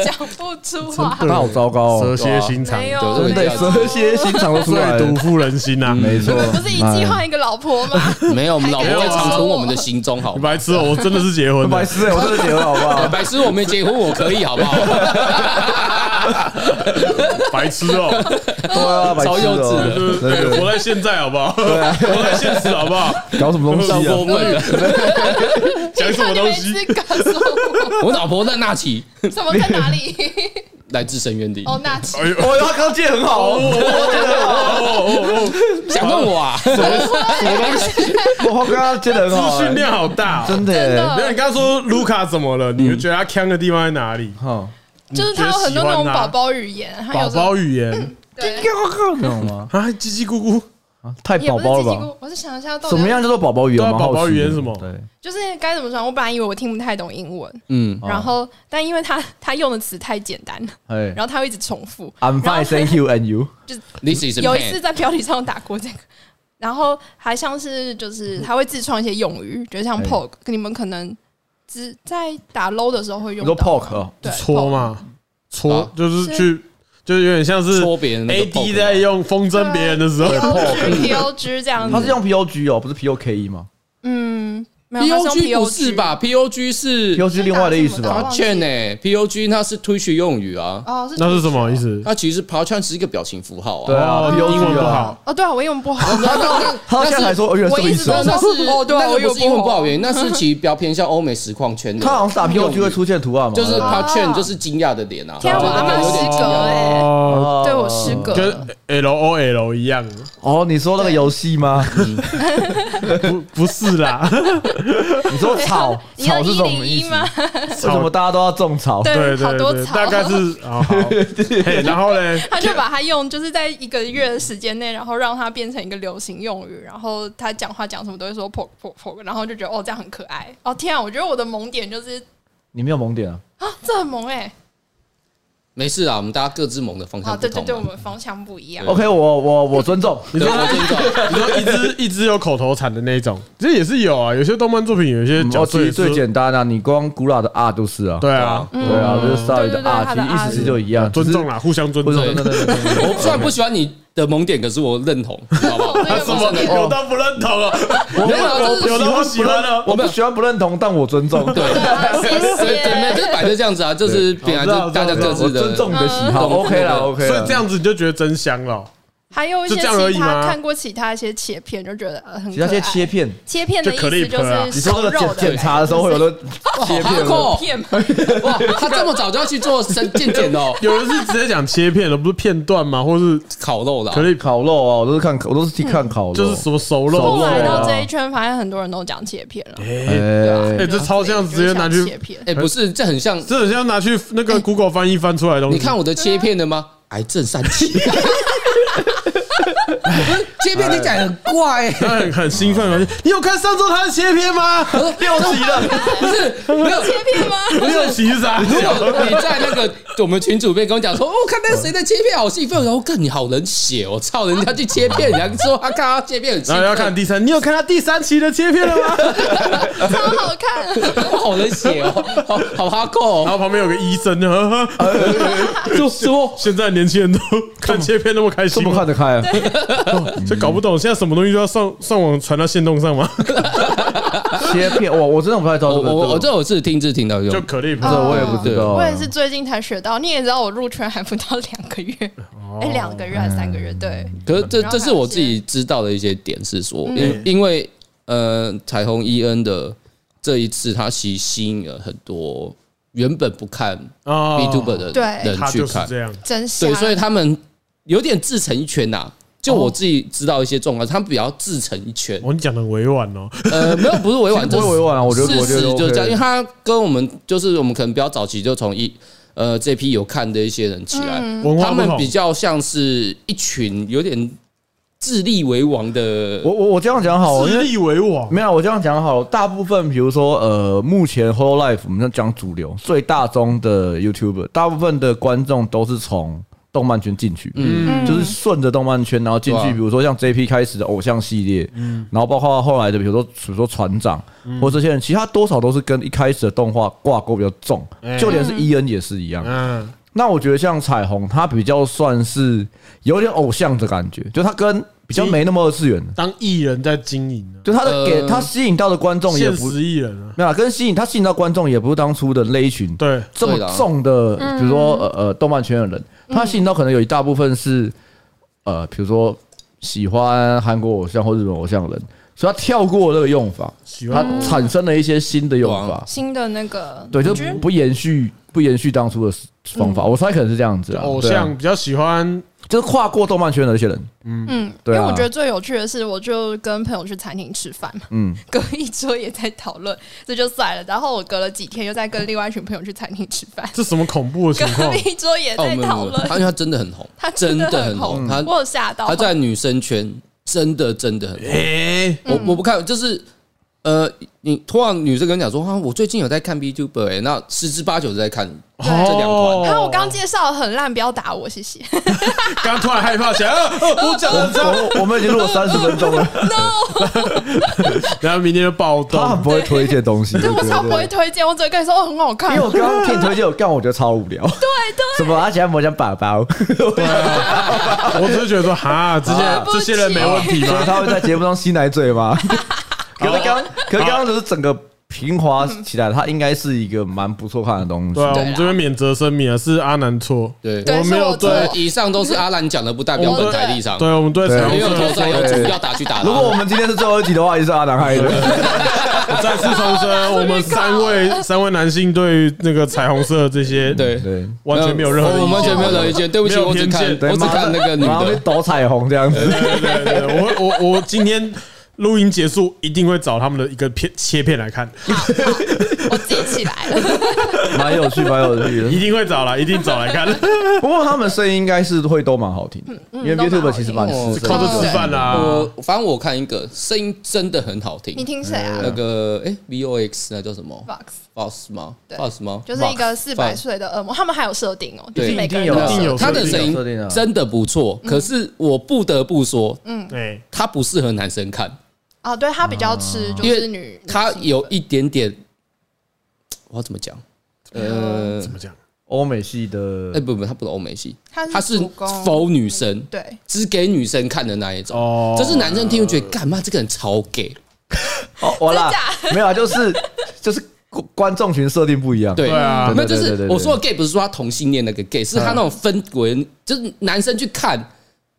讲不出
真
话，
的
他好糟糕
蛇
哦，
蝎心肠，
没有，
对啊
对，蛇蝎心 肠都出
最
来了
毒，妇人心啊呐！
没错，
不是一季换一个老婆吗？
没有，我们啊老婆会长存我们的心中，好
你
吗？
白痴哦，我真的是结婚
很 白
的，
痴欸，我真的结婚好不好？
白痴，我没结婚，我可以，好不好？
白痴哦，
对啊，白痴
超幼稚的
哦，
就是
真
对活在现在好不好？ 活在现实好不好？
搞什么东西
上
啊
过？问了，
讲什么
你
东
没
西？
资格说我
我老婆在纳奇，
什么在哪里？
来自深渊里，
哦，那奇
哎呦，
哦，他刚借很好
哦
哦，
哦哦哦，
想问我啊？
我刚刚借的 很好
哦资
欸，
讯量好大，哦
真的
真的
欸，
没有，你刚刚说卢卡怎么了？你会觉得他呛的地方在哪里？
好，
就是他有很多那种宝宝语言，他有
宝
时候
宝语言
对
你懂吗？
啊，叽叽咕咕，
啊太
也
宝
不是
宝
叽
了
叽
吧？
咕，我是想一下到底
什么样叫做宝宝语言？
对啊
我蛮好奇的
宝宝语言是什么
对，
就是该怎么说？我本来以为我听不太懂英文，
嗯，
哦
然后但因为他他用的词太简单了，
哎
然后他会一直重复。
，I'm fine, thank you, and you。
，This is
有一次
man。
在标题上打过这个，然后还像是就是他会自创一些用语，就像
哎
poke，你们可能只在打 low 的时候会用
你
到
说 poke 哦
对
搓嘛，搓
啊
就是去，就是有点像是
戳别人的那个
AD
poke
在用风筝别人的时候，
，poke，P O G 这样
他是
子，
用 P O G 哦，不是 P O K E 吗
嗯，没
P
有
O
他
G
用
不是吧？P O G 是
？P O G 另外的意思
是打什 么？
吧
Pachan 呢？P O G 它是推学用语啊，
哦，是
那是什么意？思？
它其实 Pachan 是一个表情符号
对
啊。
啊
哦，
，P O
英
G
文不好，
哦，对啊，我英文不好，
他现在才说，哦，原来是这个意思
我一
哦
直。都
那是
哦对啊
那
我
个
有
不是英文
不
不
好
好原因，那是其实比较偏向欧美实况圈的。
他好像打 P O G 会出现图案嘛？
就是
哦
Pachan 就是惊讶的脸啊，
天啊，我阿妈
有点
失格哎，
哦，
对我失格
跟 L O L 一样，
哦，你说那个游戏吗？
不不是 啦，
你说草
你要
草是
一
什
零
么意
一
思？
吗？
为什么大家都要种草？
对
对，好
对
多
对，
草，
大概是哦好，嘿然后嘞，
他就把它用，就是在一个月的时间内，然后让它变成一个流行用语，然后他讲话讲什么都会说 poke poke poke，然后就觉得哦这样很可爱。哦天啊，我觉得我的萌点就是
你没有萌点啊？
啊这很萌哎、
没事啊，我们大家各自猛的方
啊
向不
对对
同
对，我
嘛。
们方向不一样。
OK，我我我尊重。
你
对
说
我尊重。
你说一只一只有口头禅的那一种，这也是有啊。有些动漫作品，有些角
哦，
色
其
也
实
是
最简单啊，你光古老的啊都是啊，
对啊，
嗯
嗯
对啊，就是鲨鱼
对对
的
对
啊，
它
其
的
实意
啊
思是就一样，
尊重啦，互相尊
只
重
是。。尊重，对对对对对
我虽然不喜欢你的萌点，可是我认同，好不好？
对
什么？
对
有到不认同了，
我认同就是
有
喜
到不
欢
喜欢哦啊了。
哦我不喜欢不认同，但我尊重。
对
啊谢
对对，没有，
谢。
就是摆成这样子啊，就是本来就大家各
啊
自
我
的
尊重你的喜好
嗯
，OK 啦
对对
，OK
所
啦。
以这样子你就觉得真香了，
还有一些
就这样而
其
已吗
他看过其他一些切片，就觉得呃很
其
可
他
爱。
些切片，
切片的意
就
思
clip 啊
就是
你说
烧
那
肉
个
的
检
感觉
检查的时候会有那切片
好
吗，
hardcore
片嘛，
哇，他这么早就要去做生健检哦，
有人是直接讲切片了，不是片段吗？或是
烤肉的啊
可，以
烤肉啊，我都是看，我都是去看烤肉，
就是什么熟肉？
熟
后
肉
来
啊
到这一圈，发现很多人都讲切片了。
哎，
对
哎
哎
啊
这超像直接拿去
有人想切片。
哎，不是，这很像，
这很像拿去那个 Google 翻译翻出来的东西。
你看我的切片了吗？ 癌症三期。 切片听起来很怪、欸，
他很很兴奋，而且你有看上周他的切片吗？
六级了，
不是没有。
切片吗？
六集是啥？
如果你在那个我们群主面跟我讲说，哦，看那谁的切片好兴奋，然后看你好冷血哦，操，人家去切片，人家说他看他切片很兴
然
奋，
后要看第三，你有看他第三期的切片了吗？
超好看，
好冷血哦，好好哈扣、
然后
哦，
旁边有个医生，呵呵
就说
现在年轻人都看切片那么开
这
心
么看
吗，
得开啊？
就搞不懂现在什么东西都要上上网传到线动上吗？
切片，我我真的不太知道
我
这个，
我我
这
这我是听是听到
就
用，
clip
个我也不知道，
我也是最近才学到。你也知道，我入圈还不到两个月，哎，两个月还是三个月？对，
可
嗯
是这
然后还有嗯
这是我自己知道的一些点是说，因因为呃彩虹伊恩的这一次，他其实吸引了很多原本不看
哦
B
啊
Tuber 的
对
人
他
去
就是
看，
这样，
真香。
对，所以他们有点自成一圈呐、就
哦
我自己知道一些状况，他们比较自成一圈。
哦，你讲的委婉哦，
呃，没有，不是委 婉，
不
这
会
是
委婉啊，我觉得我觉
事
得
实就是这样，因为
OK
他跟我们就是我们可能比较早期就从一呃这
嗯
批有看的一些人起来，
文化
他
不
们
同
比较像是一群有点智力为王的
我我我这样讲好了，因
自
为
立为王，
没有啊我这样讲好了，大部分比如说呃，目前 Whole Life 我们讲主流最大宗的 YouTuber，大部分的观众都是从动漫圈进去，
嗯
就是顺着动漫圈，然后进
对
去，
啊
比如说像 JP 开始的偶像系列，然后包括后来的，比如说比如说船长或这些人，其他多少都是跟一开始的动画挂钩比较重
哎，
就连是伊恩也是一样。
嗯，
那我觉得像彩虹，它比较算是有点偶像的感觉，就它跟比较没那么二次元的，
当艺人在经营啊
就它的给
呃
它吸引到的观众也
现
不
实艺人啊，
没有啦跟吸引它吸引到观众也不是当初的那一群
对，
这么
对啦
重的，
嗯
比如说呃呃动漫圈的人，他吸引到可能有一大部分是呃，比如说喜欢韩国偶像或日本偶像的人，所以他跳过那个用法，
喜
他
欢嗯
产生了一些新的用法，
新的那个，
对，就
我觉得
不延续不延续当初的方法，我猜可能是这样子啊，
嗯偶
对啊
像，比较喜欢
就是跨过动漫圈的那些人，
嗯，因
对啊
为我觉得最有趣的是，我就跟朋友去餐厅吃饭嘛，
嗯，
隔一桌也在讨论，这就算了。然后我隔了几天又在跟另外一群朋友去餐厅吃饭，
这什么恐怖的情
隔
况？
壁桌也
哦，没
在
有没
讨
有，
论，
他因为他真的很红，
他
真
的
很
红，
他
我有吓到。
他在女生圈真的真的很红。
哎，
我
嗯
我不看，就是呃，你突然女生跟你讲说啊，我最近有在看 B Tuber，、欸、那十之八九是在看这两
哦
款。
看我刚介绍得很烂，不要打我，谢谢。
刚突然害怕起来，啊我讲
我
的，
我我们已经录了三十分 钟了，
然后明天就暴
他很
动，
不会推荐 东西，
对我
觉
超
得
不会推荐，我只会跟你说哦很好看。
因为我刚刚听你推荐，我干我觉得超无聊，对对，什么他喜欢魔讲粑 粑。
我只是觉得说，哈，这些
啊
这些人没问题
所以
吗？
他会在节目上吸奶 嘴吗？可是
啊
刚，可是刚刚只是整个平滑
嗯
起来，它应该是一个蛮不错看的东西
对。啊，我
对啊
们这边免责声明啊，是阿南错，
对，
对
我没有
是我错
对
呃，以上都是阿兰讲的，不代表本台立场。
对，我们对彩
对
虹
没有
社
啊投诉，有
对
主要打去打他。
如果我们今天是最后一集的话，也是阿南害的。
我 再次重申，我们三 位三位男性对于那个彩虹色这些
对
对
完全没有任何的意见，
我们完全没有任何意见。对不起，
没有
我只
偏
看
见
我只看那个女
然后被
的。
抖彩虹这样子。
对对对，我会我我今天录音结束一定会找他们的一个片切片来看，
我记起来了，
蛮有趣，蛮有趣
一
的。
定会找来，一定找来 看，
不过他们声音应该是会都蛮好听的，因为
嗯都蛮好
YouTube 其实蛮
听
吃
靠
声
着吃饭
啊
啦。
我呃反正我看一个声音真的很好听
你，听谁
嗯
啊
那个哎 V O X 那叫什么
？Vox
Boss 吗
对
？Boss 吗？
就是一个四百岁的恶魔，他们还有设定哦，就是
对
每个人
一定有
都
一定有
他的
设
声
定
音
有设定啊
真的不错，
嗯
可是我不得不说，
对，
它不适合男生看，
哦，对他比较吃就
因
是
为
女，
它
女性
有一点点，我要怎么讲？呃
怎，么讲？
欧美系的
哎，，不不，它不是欧美系，
他是
它是
主攻
否女生，
对，
只给女生看的那一种。
哦
就是男生听就觉得，干嘛这个人超 gay？
哦，完了
真，
没有啊，就是就是观众群设定不一样。
对
对啊
那就
对对对
是
对对
我说的 gay 不是说他同性恋那个 gay，是他那种氛围，就是男生去看，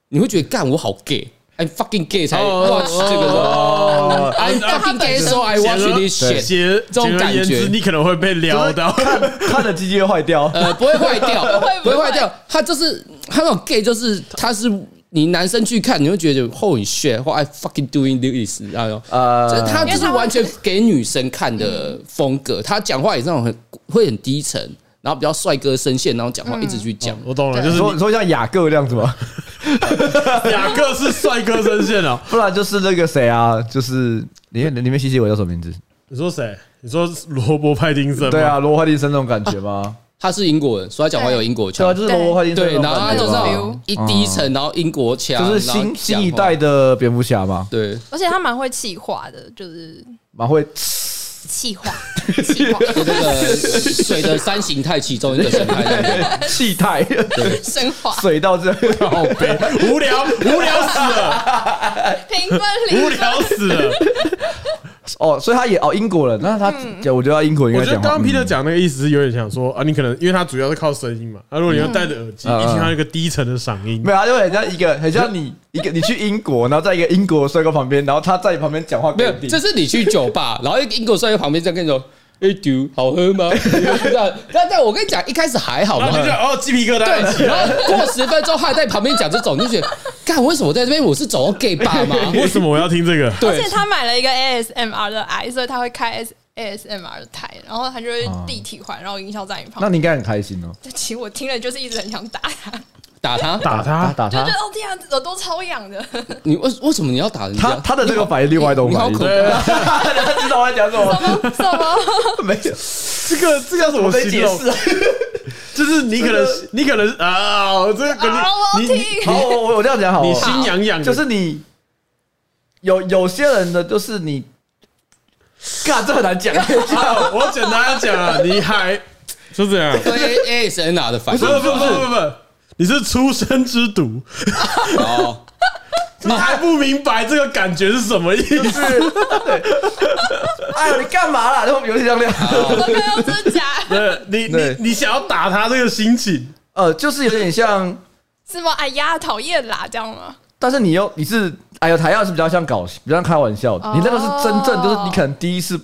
你会觉得干我好 gay。I'm fucking gay 才 watch 这个的
哦，
，I'm fucking gay so I watch this
对
shit。
简
这种
简而言
感
之，
觉
你可能会被撩到。
看了鸡鸡会坏掉。
呃，不会坏掉，
不 会
不会坏掉。他就是他那种 gay，就是他是你男生去看，你会觉得 holy shit，或 I fucking doing this，哎呦，
呃，
就是他就是完全给女生看的风格。他讲话也是那种很会很低沉，然后比较帅哥声线，然后讲话一直去讲。
我懂了，就
你
是
说你说像雅各这样子吗？
雅各是帅哥声线哦。
不然就是那个谁啊，就是里面里面西西我叫什么名字？
你说谁？你说罗伯派丁森吗？
对啊，罗伯派丁森那种感觉吗？
他是英国人，所以他讲话有英 国
对啊，
腔。
就是罗伯派丁森
对，
那种
然后他
感
就
觉
是
吧
那种一低沉，然后英国腔，
就是
然后讲
哦新新
话
一代。的蝙蝠侠嘛，
对，
而且他蛮会气化的，就是
蛮会
气化，气化，
就这个水的三形态其中一个形 态，
气态，
升华，
水到这，
靠北，无聊，无聊死了，
评分
无
零。
聊死了。
哦，所以他也哦英国人，那他
嗯
我觉得他英国人
我觉
应该
得
讲
刚
话，
刚 Peter
嗯
讲那个意思是有点想说啊，你可能因为他主要是靠声音嘛，啊，如果你要戴着耳机，
嗯
一听到一个低沉的嗓音
没，有，他就很像一个很像你一个你去英国，然后在一个英国帅哥旁边，然后他在你旁边讲话
没
给
有
你，听，
这是你去酒吧，然后一个英国帅在旁边这样跟你说。哎、d 好喝吗？ 那但但我跟你讲，一开始还好
然后，
嘛
就觉得哦鸡皮疙瘩起
对，
来。
然后过十分钟还在旁边讲这种，你就觉得，干为什么我在这边？我是走到 gay 吧 吗？
为什么我要听这个？
而
对
且，他买了一个 ASMR 的 i，所以他会开 S ASMR 的台，然后他就会立体环，然后音效在你旁
那
边。
你应该很开心哦。
但其实我听了就是一直很想打他，
打他，
打他，
打打
就觉
他
得，哦天啊，耳朵超痒的，
你为为什么你要打人家？
他他的这个反应另外一种
你好
反应，
可
对，啊
他知道我在讲什么，
什么？
没有
这个这个怎么
我在
形
解
容？
释啊。
就是你可能你可能啊，这个
啊，我
你
听
你，
好，我我我这样讲好了，
你心痒痒的，
就是你有有些人的，就是你，干这很难讲，
啊我简单地讲啊，你还就这样，
对 ASNR 的反
不
应
是不是
哦
不是不是不是，你是出生之毒，
哦，
啊
你还不明白这个感觉是什么意
就
思？
是对。哎呦，你干嘛啦？就有点像那样，
我没有真假，
对，你
对
你你想要打他这个心情，
呃，就是有点像，
是吗？哎呀，讨厌啦，这样吗？
但是你又你是，哎呦，台要是比较像搞，比较像开玩笑的，你那个是真正，就是你可能第一次，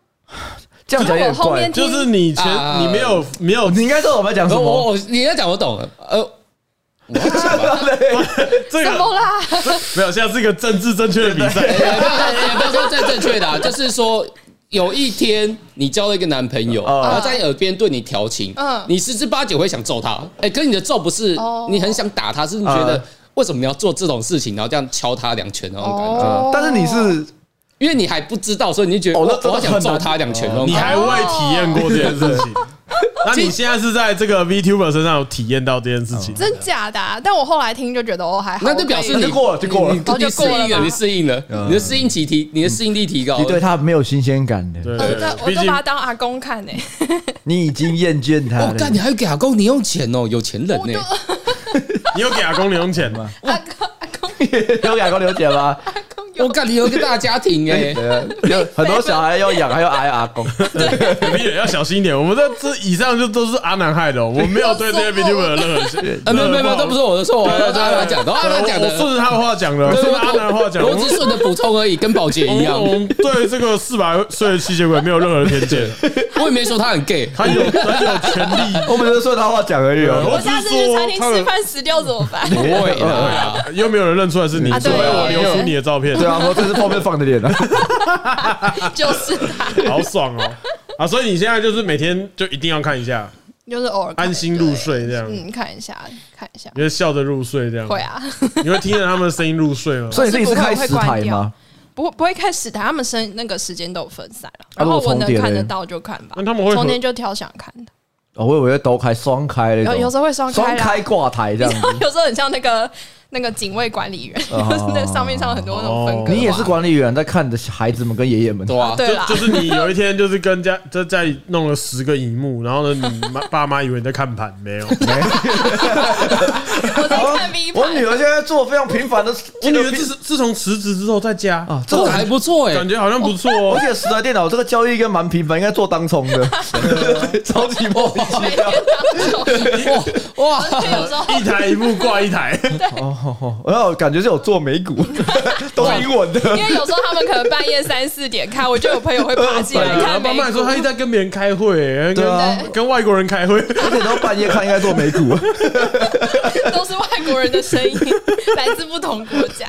这样讲有点
可是我后
怪
面。
就是你
啊
前你没有没有
哦你应该知道我们在啊讲什
呃
么
我，我你在讲我懂了，呃，我要讲 吧
这
什
个
么啦？
没有，现在是一个政治正确的比赛，
也哎不要也不要说最正确的、啊，就是说有一天你交了一个男朋友，
嗯
然后在你耳边对你调情，
嗯
你十之八九会想揍他。哎、可你的揍不是
哦
你很想打他，是你觉
嗯
得为什么你要做这种事情，然后这样敲他两拳那种感觉，
呃但是你是
因为你还不知道，所以你就觉得
哦
我
那真的
我好想
很难
揍他两拳那种
你
感觉。
还未体验过这件事情。
哦
那你现在是在这个 VTuber 身上有体验到这件事情？
真假的啊？但我后来听就觉得哦，还好，
那就表
我
示
可
你
以
就过了就过了嗯
你
哦
你
就
适
过了
应了，
吗
你适应了，你的适应期提，你的适应力提高
你对
了。
他没有新鲜感的，
对
我在，我
毕
就
竟
把他当阿公看呢、
你已经厌倦他
哦
了，。
干，你还给阿公零用钱哦，有钱人
我
呢
就。
你有给阿公零用钱吗？
阿公阿公
有养过刘姐 吗？
阿公有
我干，你有一个大家庭哎。
有很多小孩要养，还有阿阿公。
你也要小心一点。我们这这以上就都是阿南害的哦，我没有对这些 VTuber 的任何
对
啊，没有没有没有，这不是我的错，我
对
要
对对
让他讲的，让他讲
我
的
我，顺着他的话讲的，顺着阿南的话讲的。
我只顺着补充而已，跟宝洁
我
一
们
样
我，们对这个四百岁的吸血鬼没有任何的偏见，
我也没说他很 gay。
他有他有权利。
我们就是顺他话讲而已
对
哦。
我下次去餐厅吃饭死掉怎么办？
不会 啦，
又没有人认出来是你，
啊
除
对
非我流出你的照片
对，啊，我这是泡面放的脸啊。
就是他，
好爽哦！啊，所以你现在就是每天就一定要看一下，
就是偶尔看
安心入睡这样，
嗯，看一下看一下，
你会笑着入睡这样，
会啊，
你会听着他们的声音入 睡吗？
所以你自己是开十台吗？
不不会看时台，他们生那个时间都有分散了，
啊
然
如
后
果
我
重
能
叠嘞
看得到就看吧
那，他们会
重
合
点就挑想看的，
哦，我以为都开双开那
有
种，
有时候会双
双
开啦
开挂台这
你知
样
道
子。
有时候很像那个那个警卫管理员，
哦
就是那上面上很多那种分割，
你也是管理员，在看着孩子们跟爷爷们。
对啊，
对啦
就，就是你有一天就是跟家在家里弄了十个荧幕，然后呢，你妈爸妈以为你在看盘，没有，哦我
我在看 V
我女
盘，
儿现在做非常频繁的，我
女儿自自从辞职之后在家，
啊，这
这
个
个还不错哎
感。觉好像不错
而
哦。
且十台电脑这个交易应该蛮频繁，应该做当冲 的，超级莫名其
每
妙
天。当中
哇哇，
所以有时候
一台一幕挂一台，
哦，然后感觉是有做美 股，都英文的。
因为有时候他们可能半夜三四点看，我就有朋友会爬进来
啊然后
看美
呃妈妈
股。
说她一直在跟别人开会，
对
跟、
啊
跟外国人开会，
而且到半夜看应该做美股，
都是外国人的 声音， 来自不同国家。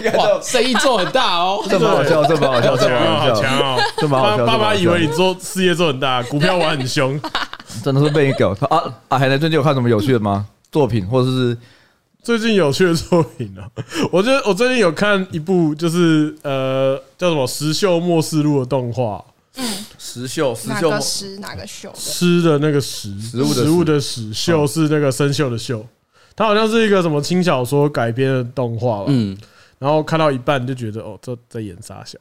应该
哇，
叫
生意做很大 哦。
这蛮好笑，这蛮好笑，这蛮
哦
好
好强
笑，
哦！
这蛮好
爸
笑这蛮好笑
爸爸以为你做事业做很大，股票玩很凶，
真的是被你搞他啊啊！海南最近有看什么有趣的吗？作品或者是
最近有趣的作品哦，我觉得我最近有看一部，就是呃叫什么《石秀末世录》的动画，
石秀石
哪
秀
个石哪个秀的？
吃的那个食，
食物的哦食
食物的食，秀是那个生锈的锈。它好像是一个什么轻小说改编的动画吧，
嗯，
然后看到一半就觉得哦，这在演啥小？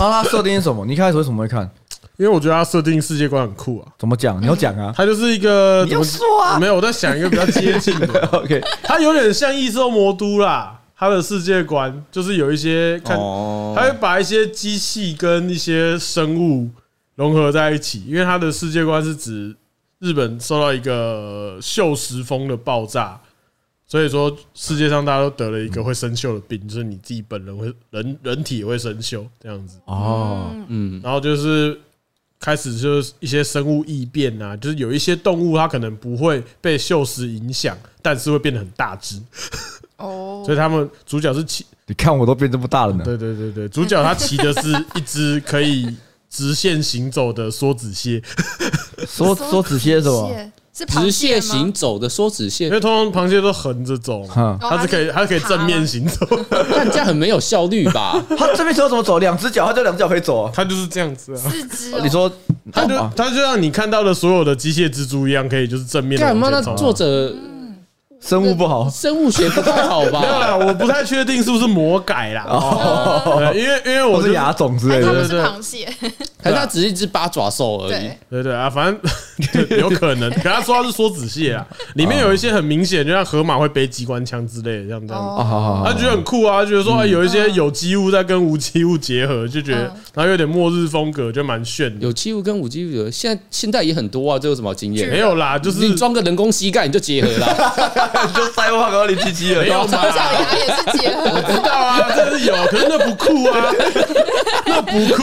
啊，他设定是什么？你一开始为什么会看？
因为我觉得它设定世界观很酷啊，
怎么讲？你要讲啊
它就是一个
你
怎
要
么
说啊
没有，我在想一个比较接近的，
！OK，
它有点像《异兽魔都》啦，它的世界观就是有一些看，它会把一些机器跟一些生物融合在一起，因为它的世界观是指日本受到一个锈蚀风的爆炸，所以说世界上大家都得了一个会生锈的病，就是你自己本人会人人体也会生锈这样子，
哦，
嗯，
然后就是。开始就是一些生物异变啊，就是有一些动物它可能不会被锈蚀影响，但是会变得很大只，
哦
所以他们主角是骑，
你看我都变这么大了呢，
对对对对，主角他骑的是一只可以直线行走的梭子蟹，
说说仔细什么？
是螃
直
蟹
线
吗
行走的缩直
因
线
为，通常螃蟹都横着走嘛，
哈，
哦
它是可以，它是可以正面行走，
但这样很没有效率吧？
他这边走怎么走？两只脚，他这两只脚可以走 啊。
它就是这样子啊。
四肢哦、
你说
它就
啊
它就像你看到的所有的机械蜘蛛一样，可以就是正面的
干
往
嘛？那
前冲啊。
作者
生物不好，
生物学不太好
没有
吧？
啦，我不太确定是不是魔改啦，哦，因为因为我
或
就是
牙种之
哎
类
它
的。
不是
对对对
螃蟹，
还是它只是一只八爪兽而已
对？，
对对啊，反正 对有可能。可他说他是缩子蟹啊，里面有一些很明显，就像河马会背机关枪之类的，这
哦
样这样。
啊，好
哦
好
他
好
觉，得很酷啊，觉得
嗯
说啊有一些有机物在跟无机物结合，就觉得
嗯
然后有点末日风格，就蛮炫的。
有机物跟无机物有，现在现在也很多啊，这有什么好经验？
没有啦，就是
你装个人工膝盖你就结合啦，
就塞我和你鸡鸡了
没有
脚
嘛，
牙也是结 合
知道啊，这是有，可是那不酷 啊，那不酷。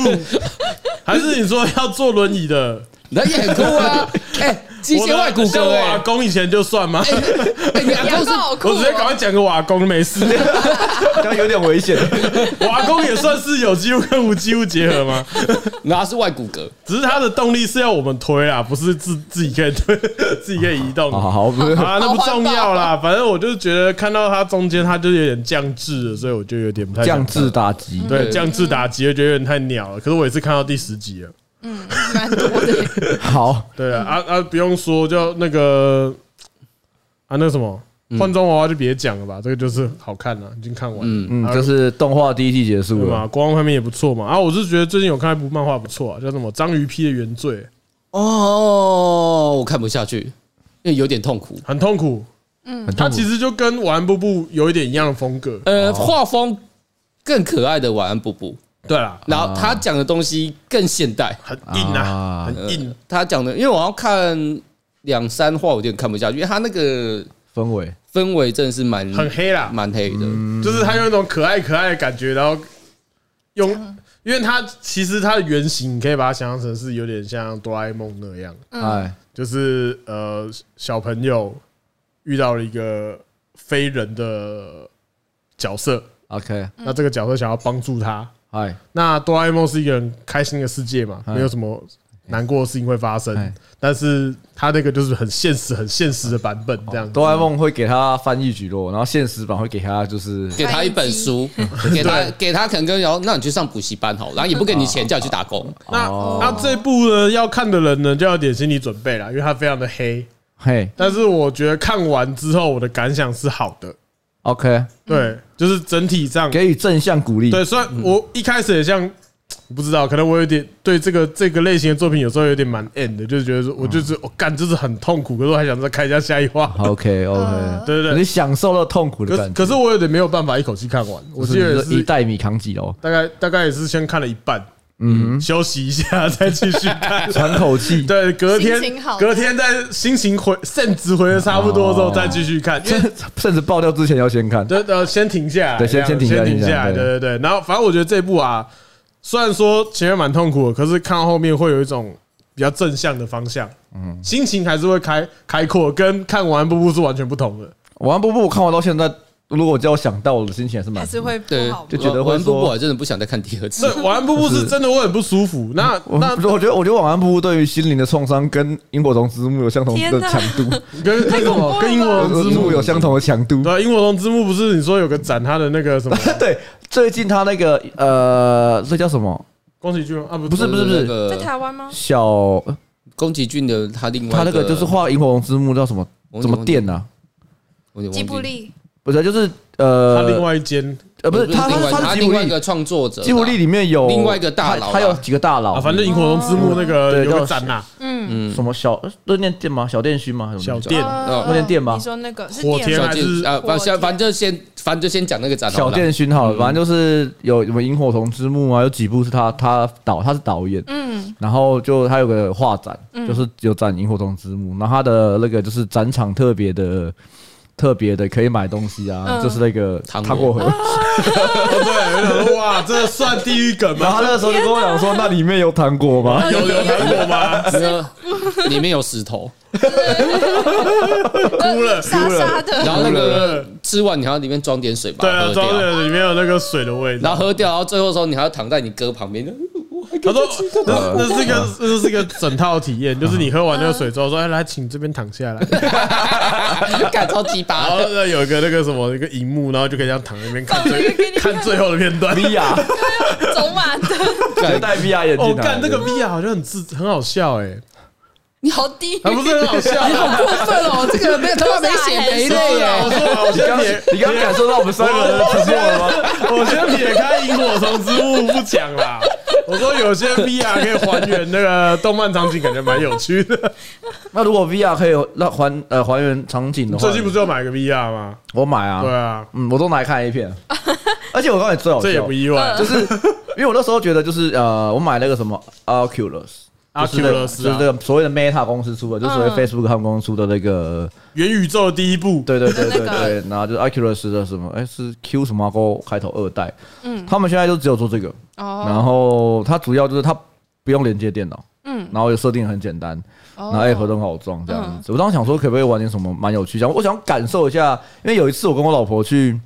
还是你说要坐轮椅的？
那也很酷 啊！哎，机
我的
械外骨
像
骼
我阿
哎，
公以前就算吗？
哎，你阿
牙
公是
膏好酷、
我直接赶快
哦，
讲个瓦工没事。
刚刚有点危险。
瓦工也算是有机物跟无机物结合吗？
然后它是外骨骼，
只是它的动力是要我们推啦，不是自自己可以推，自己可以移动。
哦
好 好
啊，
好，不是
那不重要啦，反正我就是觉得看到它中间它就有点降智了，所以我就有点不太想
降智打击，
对
对
降智打击，就觉得有点太鸟了。可是我也是看到第十集了，
蛮多的。
好，
对啊啊啊，不用说，就那个啊那什么
嗯
换装娃娃就别讲了吧，这个就是好看啊了，已经看完了。啊
嗯，
嗯，这是动画第一季结束
对
了
嘛，。国王方面也不错嘛。啊，我是觉得最近有看一部漫画不错啊，叫什么《章鱼批的原罪》，
哦，我看不下去，因为有点痛苦。
很痛苦。
很
它
痛苦
其实就跟《玩布布》有一点一样的风格。
呃，画风更可爱的晚安布布，
对啦，
然后他讲的东西更现代。
很硬啊，
啊
很硬。
他讲的，因为我要看两三话，我有点看不下去，因为他那个
氛围，
氛围真的是蛮
很黑啦，
蛮黑嗯的。
就是它有一种可爱可爱的感觉，然后用，因为它其实它的原型，你可以把它想象成是有点像哆啦 A 梦那样，
哎，
就是呃小朋友遇到了一个非人的角色，
，OK，
那这个角色想要帮助他，
哎，
那哆啦 A 梦是一个很开心的世界嘛，
嗯
没有什么难过的事情会发生
哎。
但是它那个就是很现实、很现实的版本，这样子。
哆啦 A 梦会给他翻译举落，然后现实版会给他就是
给他一本书， 给他给他可能跟然后那你去上补习班好了，然后也不给你钱，叫你去打工。
那
哦
那这部呢，要看的人呢，就要有点心理准备了，因为它非常的黑。
嘿
但是我觉得看完之后，我的感想是好的，
，OK，
嗯
对，就是整体上，
给予正向鼓励。
对，虽然我一开始也像。我不知道，可能我有点对这个这个类型的作品有时候有点蛮 end 的，就是觉得说，我
嗯
就是我干，就是很痛苦，可是我还想再看一下下一话，
，OK OK，
对对对
你，享受到痛苦的
可是
感觉。
可是我有点没有办法一口气看完，我
就
记
是
得
你
也
说一
是
袋米扛几楼，
大概大概也是先看了一半，
嗯，
休息一下再继续 看。
喘口气。
对，隔天
心情好
隔天在心情回甚值回的差不多之
啊
后再继续看，因为
甚至爆掉之前要先看，
对呃先停下来，
对先
这样
先停下来
先停
先停
下
下
来，
来
对对对。然后反正我觉得这部啊，虽然说前面蛮痛苦的，可是看到后面会有一种比较正向的方向，嗯，心情还是会开开阔，跟看完《步步》是完全不 同的。
完不不，我看完到现在，如果叫我想到，我的心情还是蛮
还是会不
对
好，
就觉得会说
晚安布布，我真的不想再看第二次
是。《晚安瀑布》是真的会很不舒服。那
我
那
我觉得，我觉得晚安瀑布对于心灵的创伤跟萤火虫之墓有相同
天
的
哪
强度，
跟跟什么？跟萤火虫之
之墓
墓
有相同的强度。
对啊，萤火虫之墓不是你说有个展，它的那个什 么
对，最近他那个呃，这叫什么？
宫崎骏吗啊？不
不是不是不
那
是
在
个
台湾吗？
小，
宫崎骏的他另外
他那个就是画萤火虫之墓叫什么？
我
怎
有点忘记
么电呢？
我有点忘
吉
记
卜力
不是，就是
它另
呃
外一间
呃，不是
不是
他
另
他
外
他
他
是吉卜
另外一
力，
个创作者啦，
吉卜力里面有
另外一个大佬啦
他他有几个大佬
啊，，反正萤火虫之墓那个
哦对
有个
叫
展啊呐，
什么小热念店吗？小电勋吗？还是什么
小电电
哦
那间店吧
呃你说那个是
火天
店
啊
吗
小
还
健
是
啊，
我
反
天
正反正先反正就先讲那个展好
小
了。
电勋好了，嗯反正就是有什么萤火虫之墓啊，有几部是他他导他是导演，
嗯，
然后就他有个画展，就是有展萤火虫之墓，然后他的那个就是展场特别的。特别的可以买东西啊，
嗯啊
就是那个
糖
糖果
果
盒。
哦对，有点说 哇，这算地狱梗
然
吗
后？他那个时候就跟我讲说：“那里面 有糖 果吗
有有看过吗？
没有里面有石头，
哭了，
呃沙沙的，
然后 那个吃完你还要里面装点水把
对
它
啊，
喝
装
掉，
的里面有那个水的味
然
道。
后喝掉，然后最后的时候你还要躺在你哥旁边，
他说那
呃
那是一个那是一个整套体验，就是你喝完那个水之后说，哎，来，请这边躺下来，
感超鸡
然
巴
后
的。
那有一个那个什么一个荧幕，然后就可以这样躺在那边看
放一个给
最
你看
看最后的片段。
VR
走马灯，
直接戴 VR 眼
哦
镜，，啊
干那个 VR 好像很自很好笑哎，
你好低，
还不是很好笑。
你好过分哦！这个没 有他妈没血没泪耶，
我说好
你刚
像也
你刚感受到我们三个人的沉默了 吗？
我先撇开萤火虫之墓不讲啦，我说有些 VR 可以还原那个动漫场景，感觉蛮有趣的。
那如果 VR 可以让还呃还原场景的话，
最近不是要买个 VR 吗？
我买啊，
对啊，
嗯，我都拿来看 A 片，而且我告诉你最好笑，
这也不意外。
就是因为我那时候觉得就是呃，我买那个什么 Oculus。就是那个
Oculus 啊
就是这个所谓的 Meta 公司出的，就是所谓
嗯
Facebook 他们公司出的那个，
元宇宙的第一步，
对对对
那
对
个
对，然后就是 Oculus 的什么，哎是 Q 什么勾开头二代，嗯，他们现在就只有做这个，
哦，
然后它主要就是它不用连接电脑，嗯
嗯，
然后也设定很简单，
哦
然后 app 都很好装这样子。我当时想说，可不可以玩点什么蛮有趣，想我想感受一下，因为有一次我跟我老婆去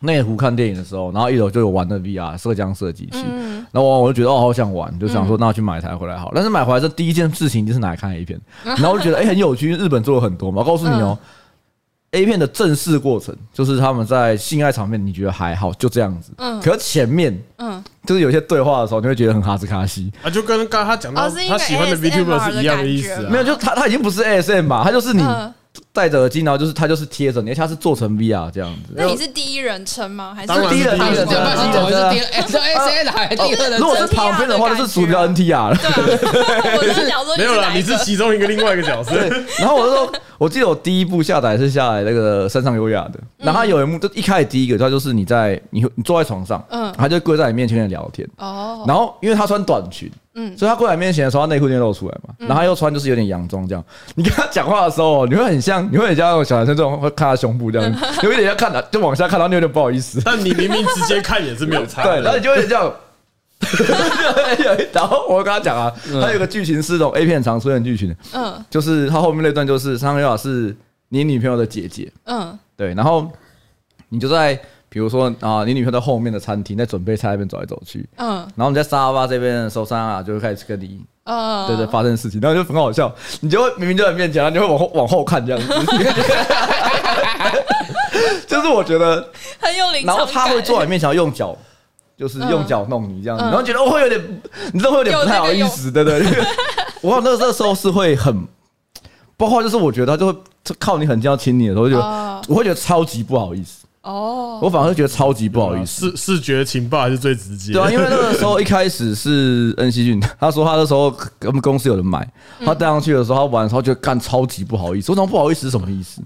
内湖看电影的时候，然后一楼就有玩的 VR 射江射机器，
嗯
然后我我就觉得哦好想玩，就想说那我去买一台回来好。但是买回来这第一件事情就是拿来看 A 片，然后我就觉得哎、很有趣，日本做了很多嘛。我告诉你哦。A
嗯
片的正式过程就是他们在性爱场面，你觉得还好，就这样子。嗯，可是前面
嗯，
就是有些对话的时候，你会觉得很哈斯卡西。
啊，就跟刚刚他讲到
哦是一
他
个
喜欢的
ASMR
VTuber 是一样的意思
的感觉
啊。
没有，就他他已经不是 ASM 嘛，他就是你
嗯
戴着耳机，然后就是他就是贴着你，而且他是做成 VR 这样子。
那你是第一人称吗？还是
当然
第一人
当
他
然
称
们这
是
第一人
帮
称第
你
一人称
走是第二，说哎谁
哦
来第 二人
如果是
称？
旁边的话，就是属于叫 NTR 了。
啊我是想说
没
是
有啦，
哪一
你是
个？
其中一个另外一个角色。
然后我就说，我记得我第一部下载是下载那个山上优雅的，然后他有一幕就一开始第一个，他就是你在你你坐在床上，嗯
嗯，
他就跪在你面前跟你聊天，
哦，
然后因为他穿短裙，嗯
嗯，
所以他过来面前的时候，他内裤就会露出来嘛，然后他又穿就是有点洋装这样。你跟他讲话的时候，你会很像，你会很像那种小男生这种会看他胸部这样，有一点要看他就往下看，然后你有点不好意思，
但你明明直接看也是没有差
对，然后
的
你。就会这样。 然后我跟他讲啊，他有个剧情是那种 A 片常出现的剧情，
嗯
就是他后面那段就是桑优雅是你女朋友的姐姐，
嗯
对，然后你就在比如说啊，你女朋友在后面的餐厅在准备菜那边走来走去，
嗯
然后你在沙发这边的时候，桑优雅就会开始跟你
嗯，
对对，发生事情，然后就很好笑，你就会明明就在面前，然后你会往后往后看这样子， 就是我觉得，
很有临
然
场
后
感。嗯
他会坐在你面前然后用脚。就是用脚弄你这样子，然后觉得我会有点，你知道会有点不太好意思，对对。对 我那那时候是会很，包括就是我觉得他就会靠你很近要亲你的时候，就
哦
我会觉得超级不好意思，
哦，
我反而会觉得超级不好意思。
哦视视觉情报还是最直接。
对啊，因为那个时候一开始是恩熙俊，他说他那时候我们公司有人买，
嗯
他带上去的时候，他玩的时候就干超级不好意思。我讲不好意思是什么意思？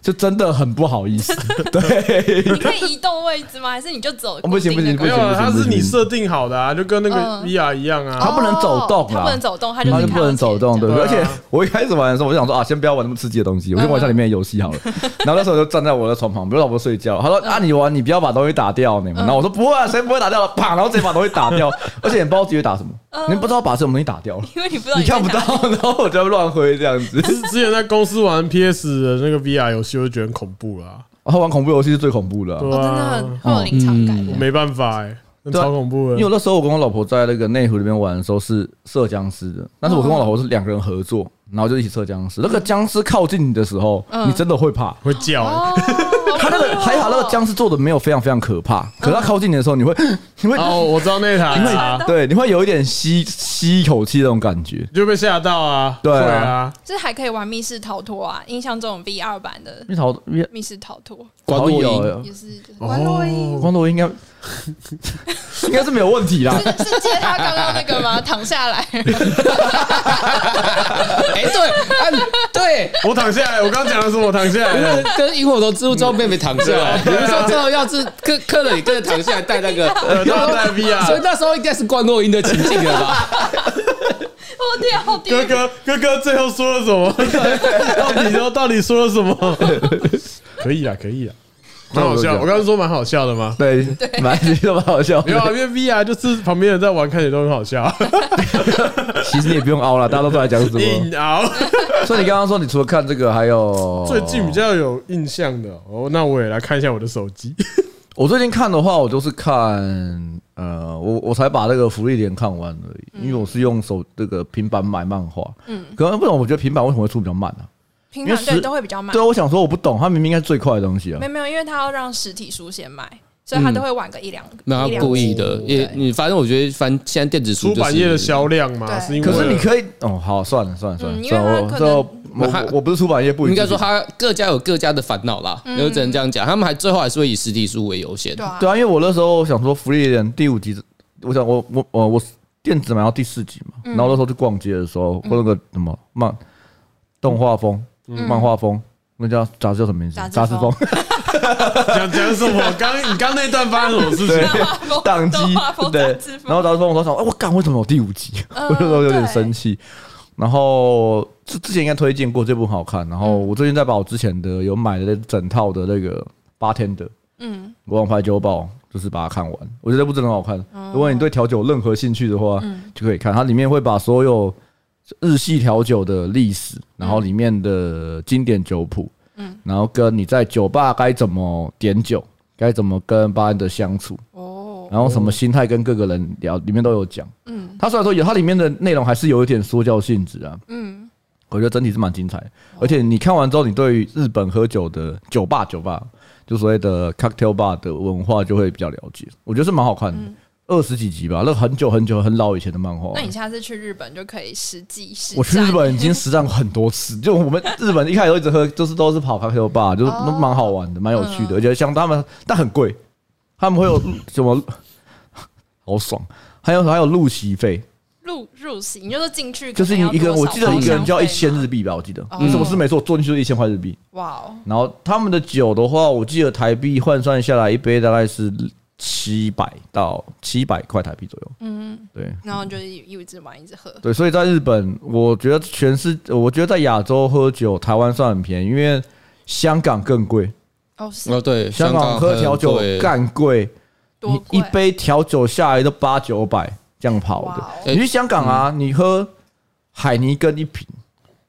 就真的很不好意思。 对，
你可以移动位置吗？还是你就走？
哦不行不行不
没
行
有啊，它是你设定好的啊，就跟那个
嗯
VR 一样
他
啊。
不能走动啊
他不能走动，他就
他
是
就不能走动，对
对
不对？而
对
且
啊
我一开始玩的时候，我就想说啊，先不要玩那么刺激的东西，我先玩一下里面的游 戏好了。然后那时候我就站在我的床旁边，我老婆睡
嗯
觉，她说啊，你玩你不要把东西打掉呢。然后我说不会啊，谁不会打掉的？啪，然后直接把东西打掉，而且你不知道自己打什么，
嗯
你不知道把什么东西打掉了。
因为你不知道
你看
在
不到
哪里，
然后我就乱挥这样 子。
之之前在公司玩 PS 的那个 VR 游戏，我就觉得很恐怖啊啦。
然后玩恐怖游戏是最恐怖的啊、
对
哦真的
啊，
很会有临场感
我
耶。
没办法哎，那
嗯对啊
超恐怖
因为
的。
我那时候我跟我老婆在那个内湖那边玩的时候是射僵尸的，但是我跟我老婆是两个人合
嗯
作，然后就一起射僵尸。那个僵尸靠近你的时候，你真的会怕。
会叫欸，
哦，
嗯他那个还好，那个僵尸做的没有非常非常可怕，可是他靠近你的时候，你会 你会
哦，我知道那台
你
啊
会，对你会有一点吸吸一口气那种感觉。
就被吓到啊。
对啊
会啊，
这还可以玩密室逃脱啊！印象中 VR 版的
蜜桃
密室逃脱
关录
好
音，
友
也是就是
哦
玩录
嗯
音，
光头应该应该是没有问题啦。
是是接他刚刚那个吗？躺下 来，哦
哎对，啊对，
我躺下欸来，我刚讲的是我躺下欸来的。
跟萤火虫蜘蛛之后妹妹躺下来，
啊
你们说最后要是克克了你跟着躺下来带那个，
呃，大带 VR，
所以那时候应该是关录音的情境了吧？
我天，好低
哥哥，哥哥最后说了什么？ 到底说到底说了什么？ 可以啦，可以啦，蛮好笑。我刚刚说蛮好笑的吗？
对，蛮都蛮好笑的。
没有啊，因为 VR 就是旁边人在玩，看起来都很好 笑，
其实你也不用凹了，大家都知道在讲什么。
硬熬。
所以你刚刚说，你除了看这个，还有
最近比较有印 象的哦，那我也来看一下我的手机。
我最近看的话，我就是看《呃，我我才把那个福利点看完而已，因为我是用手这个平板买漫画，嗯，可能不懂，我觉得平板为什么会出比较慢啊呢、
平
因为
常对
实
都会比较慢
对，啊，我想说我不懂，它明明应该是最快的东西啊
没，有没有，因为他要让实体书先卖，
嗯
所以他都会晚个一两，
没有
一
他
两
故意
集
的，也
对
你反正我觉得，反正现在电子书
出
就是
版业的销量嘛，
对
是因为
可是你可以哦，好，算了算了算
嗯
了，
因为
算了
它
我
可能
这我
它
我我不是出版业，不
应
予
该
置
说
评
他各家有各家的烦恼啦，有只能这样讲。他们还最后还是会以实体书为优先。
嗯对啊，
对啊，因为我那时候想说福利点第五集，我想我我我我电子买到第四集嘛，
嗯
然后那时候去逛街的时候，那个什么漫动画风、漫画风，那叫杂志叫什么名字
嗯杂？志
杂志风，
讲讲什 么？刚你刚那段发生什么事情？
啊 宕机
画风
对
杂志，风
然后杂志风我说哎，我干，为什么有第五集？我那时候有点生气。然后之之前应该推荐过这部很好看，然后我最近在把我之前的有买的那整套的那个八天的，
嗯，
我想拍酒保，就是把它看完。我觉得这部真的很好看。如果你对调酒有任何兴趣的话，就可以看。它里面会把所有日系调酒的历史，然后里面的经典酒谱，嗯，然后跟你在酒吧该怎么点酒，该怎么跟巴恩的相处，
哦，
然后什么心态跟各个人聊，里面都有讲。嗯，它虽然说有它里面的内容还是有一点说教性质啊，嗯，我觉得整体是蛮精彩的。而且你看完之后，你对于日本喝酒的酒吧、酒吧，就所谓的 cocktail bar 的文化就会比较了解。我觉得是蛮好看的，二十几集吧，那很久很久很老以前的漫画
那。你下次去日本就可以实际实
我去
战
日本已经实战过很多次，就我们日本一开始都一直喝，就是都是跑 cocktail bar，就是
哦
蛮好玩的，蛮有趣的，而且像他们，但很贵，他们 会有什么好爽，还有还有入席费，
入入席，你就说进去可能
就是你
要
一个人，
多
我
少
记得一个人就要
包厢费
一千
嘛
日币吧，我记得
哦，
你什么事没做，我坐进去就一千块日币。
哇哦，
然后他们的酒的话，我记得台币换算下来一杯大概是七百到七百块台币左右。
嗯，
对
然后就是一一直玩一直喝，
对，所以在日本，我觉得全世，我觉得在亚洲喝酒，台湾算很便宜，因为香港更贵，
哦
嗯
是
哦，对，
香港喝调酒
对
更贵，
多
你
贵
一杯调酒下来都八九百这样跑
哇
的。
哦
你去香港啊，你喝海尼根一瓶，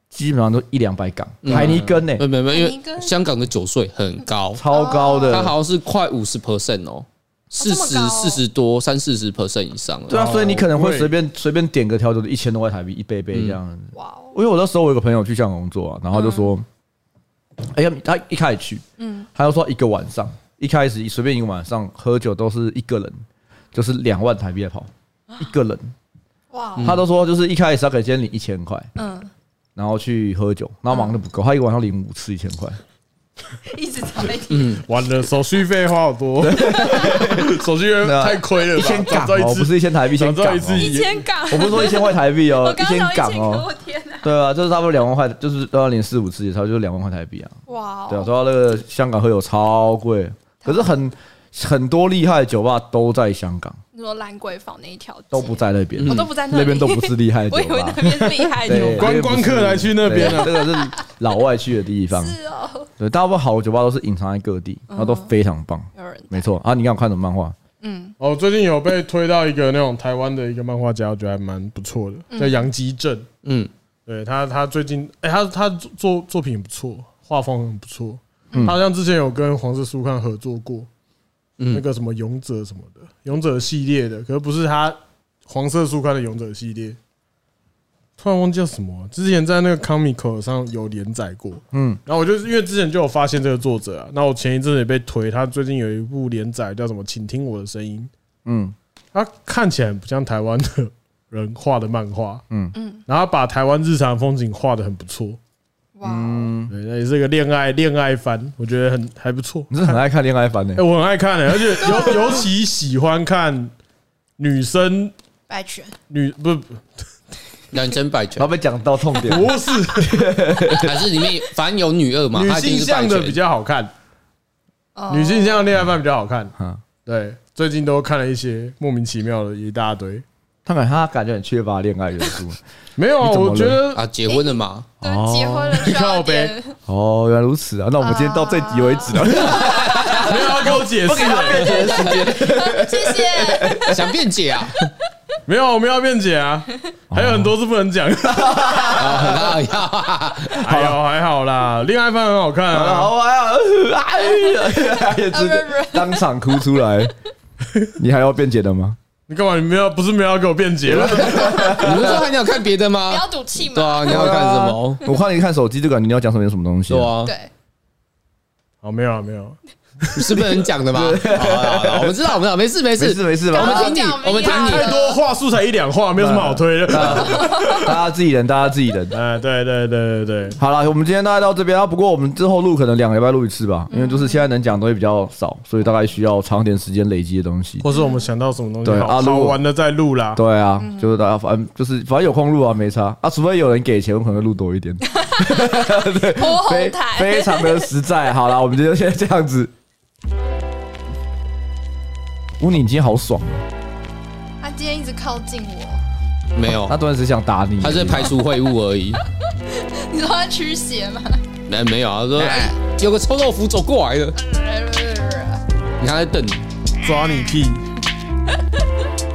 基本上都一两百港，海尼根呢、
没没没，因为
你跟
香港的酒税很高，
超高的，
它好像是快五十 percent 哦，四
这么
十
高哦
四十多三四十 percent 以上了。
对啊，所以你可能会
对
随便随便点个调酒，一千多块台币一杯杯这样。
哇哦，
因为我那时候我有个朋友去香港工作、啊，然后他就说，哎呀，他一开始去，嗯，他就说一个晚上，一开始随便一个晚上喝酒都是一个人，就是两万台币在跑，一个人。
哇
嗯
哦，
他都说就是一开始他可以先领一千块，
嗯，
然后去喝酒，然后忙的不够，他一个晚上领五次一千块。
嗯
一直 在
嗯
完了，手续费花好多， 手续费太亏了吧？
一千港
找到
哦，
一次
不是一千台币，一千
找到
港
一次
哦。
一千港，
我不是说 一千块台币哦
我，
一
刚
千
刚讲
港
一千
哦
港，，我天哪，
对啊，就是差不多两万块，就是二零四五次也差不多就是两万块台币啊。
哇
对啊，
哦，
说到那个香港喝酒超
啊
贵，可是很很多厉害的酒吧都在香港，
你说兰桂坊那一条街
啊都不，在那边，
我都不在那里
那边都不是厉害 的
我
酒
以为
吧
那。边是厉害的
对，
酒吧，
观光客来去那边啊
对这个是老外去的地方。
是嗯哦，
对，大部分好的酒吧都是隐藏在各地，然后都非常棒。
有人
没错啊，你刚刚看什么漫画？
哦，最近有被推到一个那种台湾的一个漫画家，我觉得还蛮不错的，叫杨基正。
嗯，
对他，他最近，哎、他他作作品不错，画风很不错。他好像之前有跟黄色书刊合作过，
嗯
那个什么勇者什么的，勇者系列的，可是不是他黄色书刊的勇者系列。突然忘记叫什么、啊之前在那个 Comico 上有连载过，
嗯
嗯，然后我就是因为之前就有发现这个作者啊，那我前一阵子也被推，他最近有一部连载叫什么，请听我的声音，
嗯，
他看起来很不像台湾的人画的漫画，
嗯
嗯嗯，然后把台湾日常风景画的很不错，
哇
嗯
哦，
对，那也是一个恋爱恋爱番，我觉得很还不错。
你是很爱看恋 爱番呢
哎，？我很爱看的、而且尤尤其喜欢看女生
白犬
女不不
男生版权
然后被讲到痛点，
不是
还是里面反正有女二嘛，
女
她一定
性
是
向
版
的比
权。
较好看，
哦
女性向的恋爱番比较好看。
嗯
对，最近都看了一些莫名其妙的一大堆。
他感他感觉很缺乏恋爱元素。
没有啊，
你怎么了
我觉得
啊，结婚 了嘛？
对
哦
结婚了需要一点
哦，原来如此啊！那我们今天到这集为止了，啊
没有要跟我解释欸，
谢谢。
想辩解 啊？
没有，我们要辩解啊，
哦
还有很多是不能讲。
啊，要啊！
还好哎还好啦，恋爱番很好看啊。
好玩啊！哎呀，也直接当场哭出来。你还要辩解的吗？
你干嘛？你没有不是没有要给我辩解吗？
你不是说还想看别的
不
吗？
要赌气
对
嘛。
啊，你要看什么？
我看你看手机就感觉你要讲什么有什么东西、
对，啊，
对，
好，没有啊，没有啊。
是不能讲的嘛。好啦好啊啦我们知道，我们知道，没事没
没
事
事。没事
我
吧
们，听你
刚刚讲
我们听你
一样
太多话术才一两话，没有什么好推的。
大家自己人，大家自己人。
哎，对对对对对，
好了，我们今天大概到这边啊。不过我们之后录可能两个礼拜录一次吧，因为就是现在能讲的东西比较少，所以大概需要长点时间累积的东西。
或是我们想到什么东西
对
好
啊如
好
果
玩的再录啦。
对啊，就是大家反正就是反正有空录啊，没差啊，除非有人给钱，我可能会录多一点，
泼
非
红毯，
非常的实在。好了，我们今天就先这样子。乌尼，你今天好爽哦
他今天一直靠近我，
没有
他，突然只想打你，
他是排除秽物而已。
你说他驱邪吗？
没没有啊，他说哎有个臭豆腐走过来了，你看他在瞪你。
抓你屁！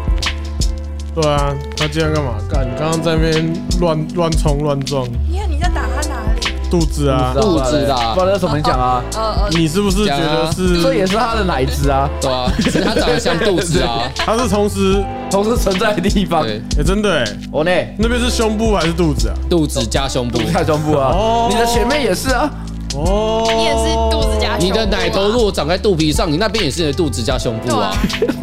对啊，他今天干嘛？干，刚刚在那边乱乱冲乱撞
你看你在打他哪里？
肚子啊！
肚子啦
不知道怎么讲啊，
呃呃，
你是不是觉得
哦
这也
是？
是他的奶子啊，
对啊，只是他长得像肚子啊。
他是同时，
同时存在的地方。
对，
哎，真的哎，
我呢，
那边是胸部还是肚子啊？
肚子加胸部
不，太胸部
哦
啊，你的前面也是啊，
哦，
你也是肚子加胸部啊
你的奶头如果长在肚皮上，你那边也是你的肚子加胸
对
部
啊
啊。，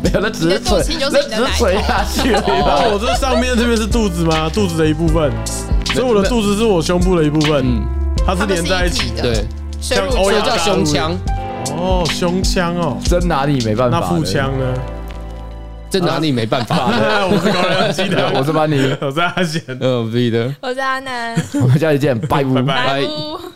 没有，那只是
你的肚
垂
脐，就是
那
你
只
的
是垂下去而已
哦，
吧。
我这上面这边是肚子吗？肚子的一部分，所以我的肚子是我胸部的一部分，
嗯，
它是
他们
连
是
在一
一
起
体。的，
对，啊
水乳
像欧
这
阳
交
叫
大
叉，
胸腔，
哦，胸腔哦，
真拿你没办法
那
的，
腹腔呢？
这拿你没办法。
啊 我是高粱鸡的，
我是班尼，
我是阿贤。
嗯，B 的。
我是阿南，
我们下期见，拜
拜拜。
拜
拜
拜
拜。